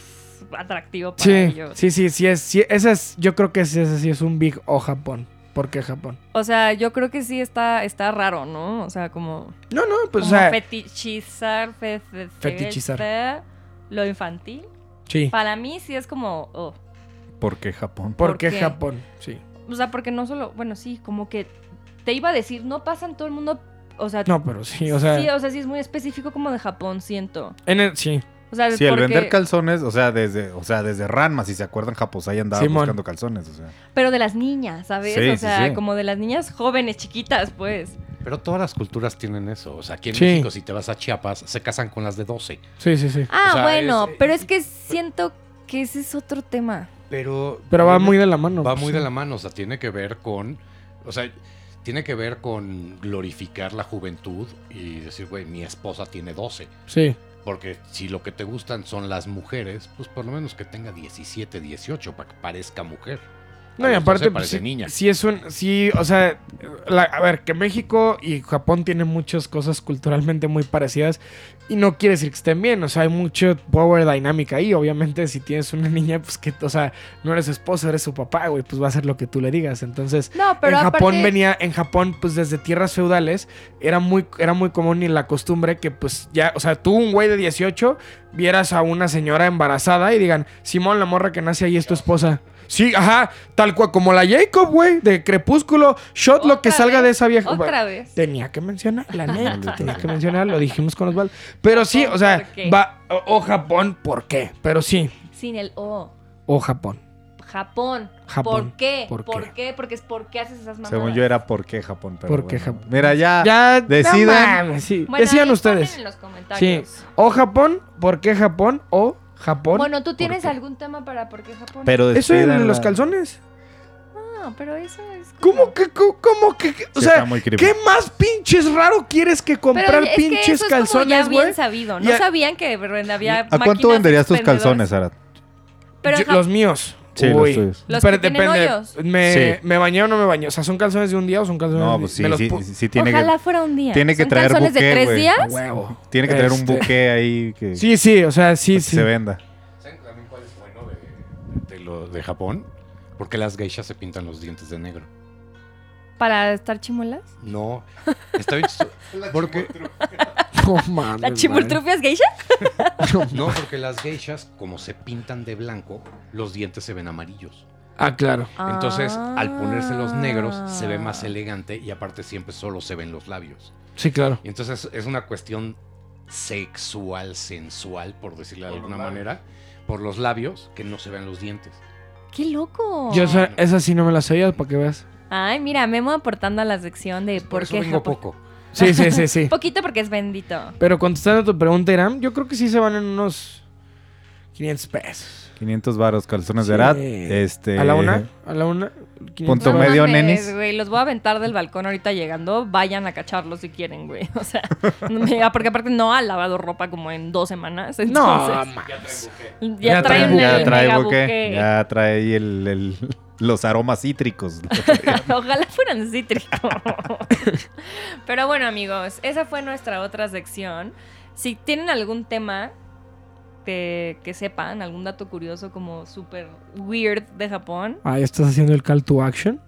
Speaker 1: atractivo para
Speaker 2: Sí,
Speaker 1: ellos.
Speaker 2: sí, sí, sí es, sí, ese es, yo creo que ese, ese sí es un big o Japón. ¿Por qué Japón?
Speaker 1: O sea, yo creo que sí está, está raro, ¿no? O sea, como,
Speaker 2: No, no, pues, o
Speaker 1: como
Speaker 2: sea,
Speaker 1: fetichizar, fe- fe-
Speaker 2: Fetichizar.
Speaker 1: fe- lo infantil.
Speaker 2: sí.
Speaker 1: Para mí sí es como, oh.
Speaker 4: ¿Por qué Japón?
Speaker 2: ¿Por,
Speaker 1: ¿por
Speaker 2: qué,
Speaker 1: qué?
Speaker 2: Japón? Sí.
Speaker 1: o sea, porque no solo, bueno, sí, como que te iba a decir, no pasa en todo el mundo, o sea,
Speaker 2: No, pero sí, o sea,
Speaker 1: sí, o sea, sí es muy específico como de Japón, siento.
Speaker 2: en el- sí.
Speaker 1: O sea,
Speaker 4: Sí, el
Speaker 1: porque-
Speaker 4: vender calzones, o sea, desde, o sea, desde Ranma, si se acuerdan, Japosai andaba
Speaker 2: Simón.
Speaker 4: buscando calzones, o sea.
Speaker 1: pero de las niñas, ¿sabes?
Speaker 4: Sí,
Speaker 1: o
Speaker 4: sí,
Speaker 1: sea,
Speaker 4: sí.
Speaker 1: como de las niñas jóvenes, chiquitas, pues.
Speaker 3: Pero todas las culturas tienen eso. O sea, aquí en
Speaker 2: Sí.
Speaker 3: México, si te vas a Chiapas, se casan con las de 12.
Speaker 2: Sí, sí, sí.
Speaker 1: Ah,
Speaker 3: O sea,
Speaker 1: bueno,
Speaker 3: es-
Speaker 1: pero es que siento que ese es otro tema.
Speaker 3: Pero.
Speaker 2: Pero va
Speaker 3: viene-
Speaker 2: muy de la mano.
Speaker 3: Va
Speaker 2: pues,
Speaker 3: muy
Speaker 2: sí.
Speaker 3: de la mano. O sea, tiene que ver con. O sea, tiene que ver con glorificar la juventud y decir, güey, mi esposa tiene 12.
Speaker 2: Sí.
Speaker 3: Porque si lo que te gustan son las mujeres, pues por lo menos que tenga 17, 18 para que parezca mujer. A
Speaker 2: No, y
Speaker 3: los
Speaker 2: aparte,
Speaker 3: 12
Speaker 2: pues,
Speaker 3: parece
Speaker 2: sí,
Speaker 3: niña.
Speaker 2: sí es un, sí, o sea, la- a ver, que México y Japón tienen muchas cosas culturalmente muy parecidas y no quiere decir que estén bien, o sea, hay mucho power dinámica ahí, obviamente si tienes una niña, pues que, o sea, no eres esposa, eres su papá, güey, pues va a hacer lo que tú le digas, entonces...
Speaker 1: No, pero
Speaker 2: en Japón
Speaker 1: aparte-
Speaker 2: venía, en Japón, pues desde tierras feudales, era muy, era muy común y la costumbre que pues ya, o sea, tú un güey de 18 vieras a una señora embarazada y digan, Simón, la morra que nace ahí es tu esposa. Sí, ajá, tal cual, como la Jacob, güey, de Crepúsculo, shot lo que
Speaker 1: Otra
Speaker 2: salga
Speaker 1: vez,
Speaker 2: de esa vieja.
Speaker 1: Otra vez.
Speaker 2: Tenía que mencionar, la neta,
Speaker 4: Maldita
Speaker 2: tenía que
Speaker 4: sea.
Speaker 2: mencionar, lo dijimos con Osvaldo. Pero sí, o sea,
Speaker 1: ¿Por qué?
Speaker 2: va, o, o Japón, ¿por qué? Pero sí,
Speaker 1: Sin el O.
Speaker 2: o Japón.
Speaker 1: Japón.
Speaker 2: Japón.
Speaker 1: ¿Por qué?
Speaker 2: ¿Por
Speaker 1: ¿Por,
Speaker 2: qué?
Speaker 1: qué? Porque es por qué haces esas mamadas.
Speaker 4: Según yo era por qué Japón, pero
Speaker 2: ¿Por qué
Speaker 4: bueno.
Speaker 2: Japón?
Speaker 4: Mira, ya,
Speaker 2: Ya,
Speaker 4: decidan.
Speaker 2: no mames, sí,
Speaker 1: Ah. Bueno,
Speaker 2: decidan
Speaker 1: ahí ponen
Speaker 2: ustedes.
Speaker 1: en los
Speaker 2: Sí.
Speaker 1: comentarios.
Speaker 2: O Japón, ¿por qué Japón? O Japón.
Speaker 1: Bueno, ¿tú tienes
Speaker 2: qué?
Speaker 1: algún tema para por qué Japón?
Speaker 4: pero
Speaker 2: eso en
Speaker 4: despidan
Speaker 2: los
Speaker 4: la-
Speaker 2: calzones.
Speaker 1: No, pero eso es. como-
Speaker 2: ¿Cómo que, co- cómo que, que- o
Speaker 4: Sí,
Speaker 2: sea,
Speaker 4: está muy creepy.
Speaker 2: qué más pinches raro quieres que
Speaker 1: Pero
Speaker 2: comprar
Speaker 1: es que
Speaker 2: pinches
Speaker 1: eso es como
Speaker 2: calzones,
Speaker 1: ya bien
Speaker 2: güey?
Speaker 1: sabido. No
Speaker 2: Ya-
Speaker 1: sabían que había.
Speaker 4: ¿A cuánto
Speaker 1: máquinas
Speaker 4: venderías tus
Speaker 1: expendedoras?
Speaker 4: calzones, Arat?
Speaker 1: Pero en
Speaker 2: Yo- Los míos.
Speaker 4: Sí, los tuyos.
Speaker 1: Los
Speaker 2: Pero
Speaker 1: que tienen hoyos.
Speaker 2: Me,
Speaker 4: Sí.
Speaker 2: me bañé o no me bañé. O sea, son calzones de un día o son calzones.
Speaker 4: No,
Speaker 2: de-
Speaker 4: pues sí,
Speaker 2: me los
Speaker 4: sí,
Speaker 2: pu-
Speaker 4: sí tiene
Speaker 1: Ojalá
Speaker 4: que,
Speaker 1: fuera un día.
Speaker 4: tiene que
Speaker 1: ¿Son
Speaker 4: traer
Speaker 1: calzones
Speaker 4: buque,
Speaker 1: de tres
Speaker 4: güey.
Speaker 1: días?
Speaker 2: Huevo.
Speaker 4: tiene que tener un
Speaker 2: Este,
Speaker 4: buque ahí que,
Speaker 2: Sí, sí, o sea, sí,
Speaker 4: Pues que
Speaker 2: sí.
Speaker 4: se venda.
Speaker 3: ¿Saben también cuál es bueno de, de lo de Japón? Porque las geishas se pintan los dientes de negro.
Speaker 1: ¿Para estar chimuelas?
Speaker 3: No, está bien. chistoso, porque,
Speaker 2: No mames,
Speaker 1: ¿La
Speaker 2: madre.
Speaker 1: chimultrufia es geisha?
Speaker 3: no, porque las geishas, como se pintan de blanco, los dientes se ven amarillos.
Speaker 2: Ah, claro.
Speaker 3: Entonces, al ponerse los negros, se ve más
Speaker 1: Ah.
Speaker 3: elegante y aparte siempre solo se ven los labios.
Speaker 2: Sí, claro.
Speaker 3: Y entonces es una cuestión sexual, sensual, por decirlo de alguna manera, por los labios que no se vean los dientes.
Speaker 1: ¡Qué loco!
Speaker 2: Yo esa, esa sí no me la sabía, para que veas.
Speaker 1: Ay, mira, Memo aportando a la sección de por,
Speaker 3: Por eso
Speaker 1: qué
Speaker 3: vengo
Speaker 1: Japón.
Speaker 3: poco.
Speaker 2: Sí, sí, sí, sí.
Speaker 1: Poquito porque es bendito.
Speaker 2: Pero contestando a tu pregunta, Iram, yo creo que sí se van en unos 500 pesos.
Speaker 4: 500 varos calzones de
Speaker 2: Sí.
Speaker 4: Arat. Este,
Speaker 2: ¿A la una? ¿A la una? 500
Speaker 4: Punto
Speaker 1: No
Speaker 2: varos.
Speaker 4: medio,
Speaker 1: mames,
Speaker 4: nenis.
Speaker 1: güey, los voy a aventar del balcón ahorita llegando. Vayan a cacharlos si quieren, güey. O sea, no me diga, porque aparte no ha lavado ropa como en dos semanas.
Speaker 2: No,
Speaker 1: Entonces,
Speaker 2: ma-
Speaker 1: no,
Speaker 2: ya
Speaker 1: ya,
Speaker 2: trae
Speaker 1: traen
Speaker 2: buque.
Speaker 1: el
Speaker 4: ya trae
Speaker 1: mega
Speaker 4: buque.
Speaker 1: buque.
Speaker 4: Ya trae ahí el, el- los aromas cítricos.
Speaker 1: Ojalá fueran cítricos. Pero bueno, amigos, esa fue nuestra otra sección. Si tienen algún tema que, que sepan, algún dato curioso como súper weird de Japón,
Speaker 2: Ah, ¿ya estás haciendo el call to action?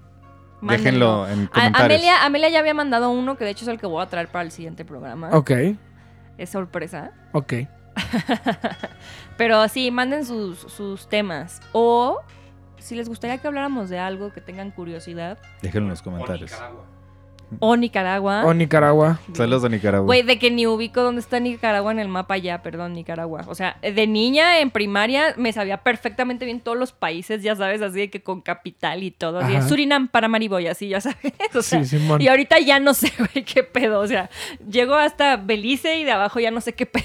Speaker 1: mándenlo.
Speaker 4: Déjenlo en
Speaker 1: A-
Speaker 4: comentarios.
Speaker 1: Amelia, Amelia ya había mandado uno que de hecho es el que voy a traer para el siguiente programa.
Speaker 2: Ok,
Speaker 1: Es sorpresa.
Speaker 2: ok.
Speaker 1: Pero sí, manden sus, sus temas. O si les gustaría que habláramos de algo que tengan curiosidad.
Speaker 4: Déjenlo en los comentarios.
Speaker 1: O Nicaragua.
Speaker 2: O Nicaragua.
Speaker 4: Saludos a Nicaragua.
Speaker 1: Güey, de que ni ubico dónde está Nicaragua en el mapa ya, perdón, Nicaragua. O sea, de niña en primaria me sabía perfectamente bien todos los países, ya sabes, así de que con capital y todo. Así de
Speaker 2: Ajá.
Speaker 1: Surinam para Mariboy, así, ya sabes. O sea,
Speaker 2: sí, Simón.
Speaker 1: y ahorita ya no sé, güey, qué pedo. O sea, llego hasta Belice y de abajo ya no sé qué pedo.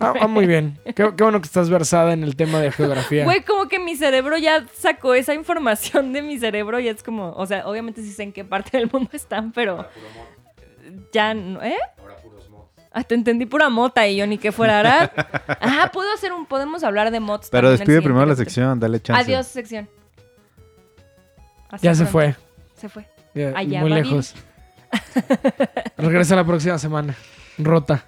Speaker 2: Ah, ah, muy bien. Qué, qué bueno que estás versada en el tema de geografía.
Speaker 1: Güey, como que mi cerebro ya sacó esa información de mi cerebro y es como, o sea, obviamente sí sé en qué parte del mundo están, pero ya no, ¿eh? Ah, te entendí pura mota y yo ni que fuera Arad. Ah, puedo hacer un, podemos hablar de mods.
Speaker 4: Pero
Speaker 1: también el
Speaker 4: despide
Speaker 1: siguiente
Speaker 4: primero la
Speaker 1: capítulo.
Speaker 4: sección, dale chance.
Speaker 1: Adiós, sección. Hasta
Speaker 2: ya se
Speaker 1: pronto.
Speaker 2: fue.
Speaker 1: Se fue.
Speaker 2: Ya,
Speaker 1: Allá
Speaker 2: muy
Speaker 1: va
Speaker 2: lejos. Regresa la próxima semana. Rota.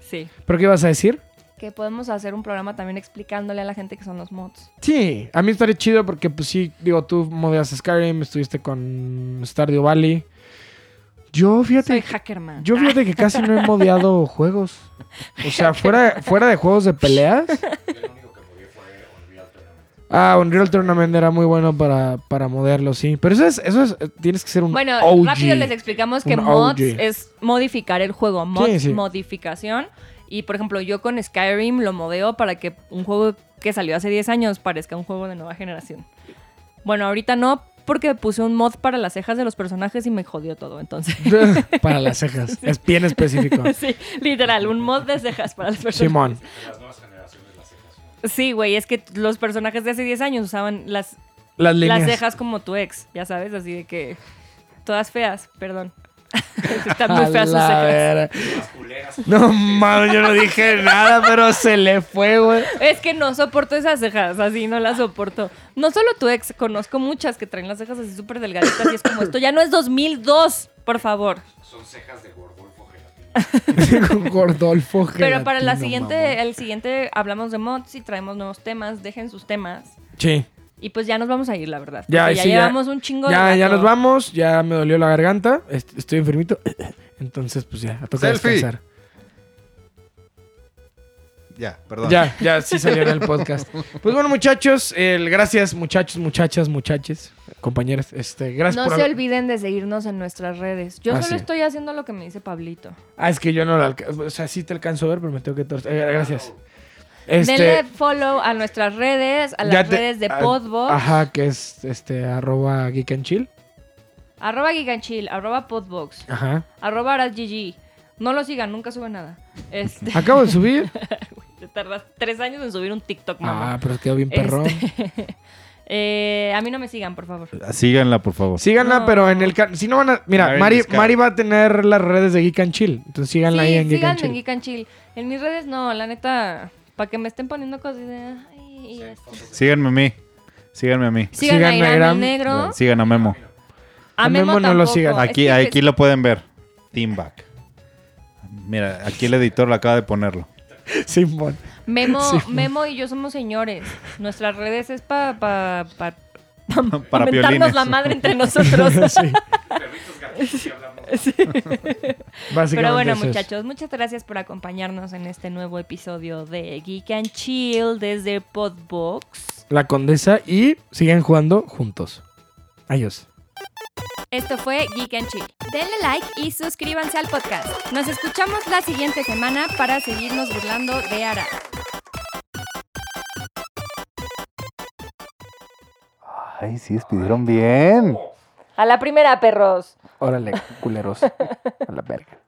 Speaker 1: Sí.
Speaker 2: ¿Pero qué ibas a decir?
Speaker 1: que podemos hacer un programa también explicándole a la gente qué son los mods.
Speaker 2: Sí, a mí estaría chido porque, pues sí, digo, tú modeas Skyrim, estuviste con Stardew Valley. Yo,
Speaker 1: Soy
Speaker 2: fíjate,
Speaker 1: hackerman.
Speaker 2: yo fíjate que casi no he modeado juegos. O sea, fuera, fuera de juegos de peleas. Ah, Unreal Tournament era muy bueno para, para modearlo, sí. Pero eso es, eso es, tienes que ser un
Speaker 1: Bueno,
Speaker 2: OG.
Speaker 1: rápido les explicamos que
Speaker 2: Un
Speaker 1: mods
Speaker 2: OG.
Speaker 1: es modificar el juego, mods
Speaker 2: Sí, sí.
Speaker 1: modificación. Y por ejemplo, yo con Skyrim lo modeo para que un juego que salió hace 10 años parezca un juego de nueva generación. Bueno, ahorita no, porque puse un mod para las cejas de los personajes y me jodió todo, entonces.
Speaker 2: para las cejas, es bien específico.
Speaker 1: sí, literal, un mod de cejas para los personajes.
Speaker 2: Simón.
Speaker 1: Sí, güey, es que los personajes de hace 10 años usaban las,
Speaker 2: Las líneas.
Speaker 1: las cejas como tu ex, ya sabes, así de que todas feas, perdón. Están muy
Speaker 2: A
Speaker 1: feas sus
Speaker 2: la
Speaker 1: cejas.
Speaker 2: verga. No mames, yo no dije nada, pero se le fue, güey.
Speaker 1: Es que no soporto esas cejas, así no las soporto. No solo tu ex, conozco muchas que traen las cejas así súper delgaditas y es como esto ya no es 2002, por favor.
Speaker 3: Son cejas de Gordolfo Gelatina.
Speaker 2: Con Gordolfo
Speaker 1: Pero para la
Speaker 2: Gelatino,
Speaker 1: siguiente,
Speaker 2: mamón.
Speaker 1: el siguiente hablamos de mods y traemos nuevos temas, dejen sus temas.
Speaker 2: Sí.
Speaker 1: Y pues ya nos vamos a ir, la verdad.
Speaker 2: Ya,
Speaker 1: porque
Speaker 2: sí, ya.
Speaker 1: llevamos un chingo de
Speaker 2: Ya, ya
Speaker 1: rato.
Speaker 2: nos vamos, ya me dolió la garganta, est- estoy enfermito. Entonces, pues ya, a tocar
Speaker 3: Selfie.
Speaker 2: descansar.
Speaker 4: Ya, perdón.
Speaker 2: Ya, ya, sí salió en el podcast. Pues bueno, muchachos, el, gracias, muchachos, muchachas, muchaches, compañeras. Este, gracias
Speaker 1: No
Speaker 2: por
Speaker 1: se
Speaker 2: haber-
Speaker 1: olviden de seguirnos en nuestras redes. Yo
Speaker 2: Ah,
Speaker 1: solo
Speaker 2: sí.
Speaker 1: estoy haciendo lo que me dice Pablito.
Speaker 2: Ah, es que yo no lo alcanzo. O sea, sí te alcanzo a ver, pero me tengo que torcer. Eh, gracias.
Speaker 1: Denle
Speaker 2: Este,
Speaker 1: follow a nuestras redes, a
Speaker 2: ya
Speaker 1: las
Speaker 2: te-
Speaker 1: redes de
Speaker 2: ah,
Speaker 1: Podbox.
Speaker 2: Ajá, que es este, arroba geek and chill.
Speaker 1: Arroba Giganchil, arroba Podbox.
Speaker 2: Ajá.
Speaker 1: Arroba Aras GG. No lo sigan, nunca sube nada. Este,
Speaker 2: Acabo de subir.
Speaker 1: te tardas tres años en subir un TikTok,
Speaker 2: Ah,
Speaker 1: mamá.
Speaker 2: pero quedó bien perrón.
Speaker 1: Este, eh, a mí no me sigan, por favor.
Speaker 4: Síganla, por favor.
Speaker 2: Síganla,
Speaker 1: No.
Speaker 2: pero en el can- si no van a,
Speaker 4: La
Speaker 2: mira,
Speaker 4: ven
Speaker 2: Mari,
Speaker 4: descarga.
Speaker 2: Mari va a tener las redes de Geek and Chill, entonces síganla ahí en
Speaker 1: sí,
Speaker 2: Geek and
Speaker 1: síganme
Speaker 2: Chill.
Speaker 1: en Geek and Chill. En mis redes no, la neta, para que me estén poniendo cosas de... ay, y esto.
Speaker 4: Síganme a mí. Síganme a mí.
Speaker 1: Sigan a
Speaker 2: Síganme
Speaker 1: Irán
Speaker 2: a Irán.
Speaker 1: el Negro.
Speaker 4: Síganme a Memo.
Speaker 1: A Memo,
Speaker 2: Memo no lo
Speaker 1: tampoco.
Speaker 2: sigan.
Speaker 1: Es
Speaker 4: Aquí,
Speaker 1: que- pues,
Speaker 4: aquí lo pueden ver. Teamback. Mira, aquí el editor lo acaba de ponerlo.
Speaker 2: Simón.
Speaker 1: Memo,
Speaker 2: Sí.
Speaker 1: Memo y yo somos señores. Nuestras redes es para... Pa, pa,
Speaker 4: Para
Speaker 1: mentarnos
Speaker 4: piolines.
Speaker 1: la madre entre nosotros.
Speaker 2: sí,
Speaker 1: Sí.
Speaker 2: básicamente
Speaker 1: Pero bueno,
Speaker 2: eso es.
Speaker 1: muchachos, muchas gracias por acompañarnos en este nuevo episodio de Geek and Chill desde Podbox.
Speaker 2: La condesa y sigan jugando juntos. Adiós.
Speaker 1: Esto fue Geek and Chill. Denle like y suscríbanse al podcast. Nos escuchamos la siguiente semana para seguirnos burlando de Ara.
Speaker 4: Ay, sí, despidieron bien.
Speaker 1: A la primera, perros.
Speaker 2: Órale, culeros. A la verga.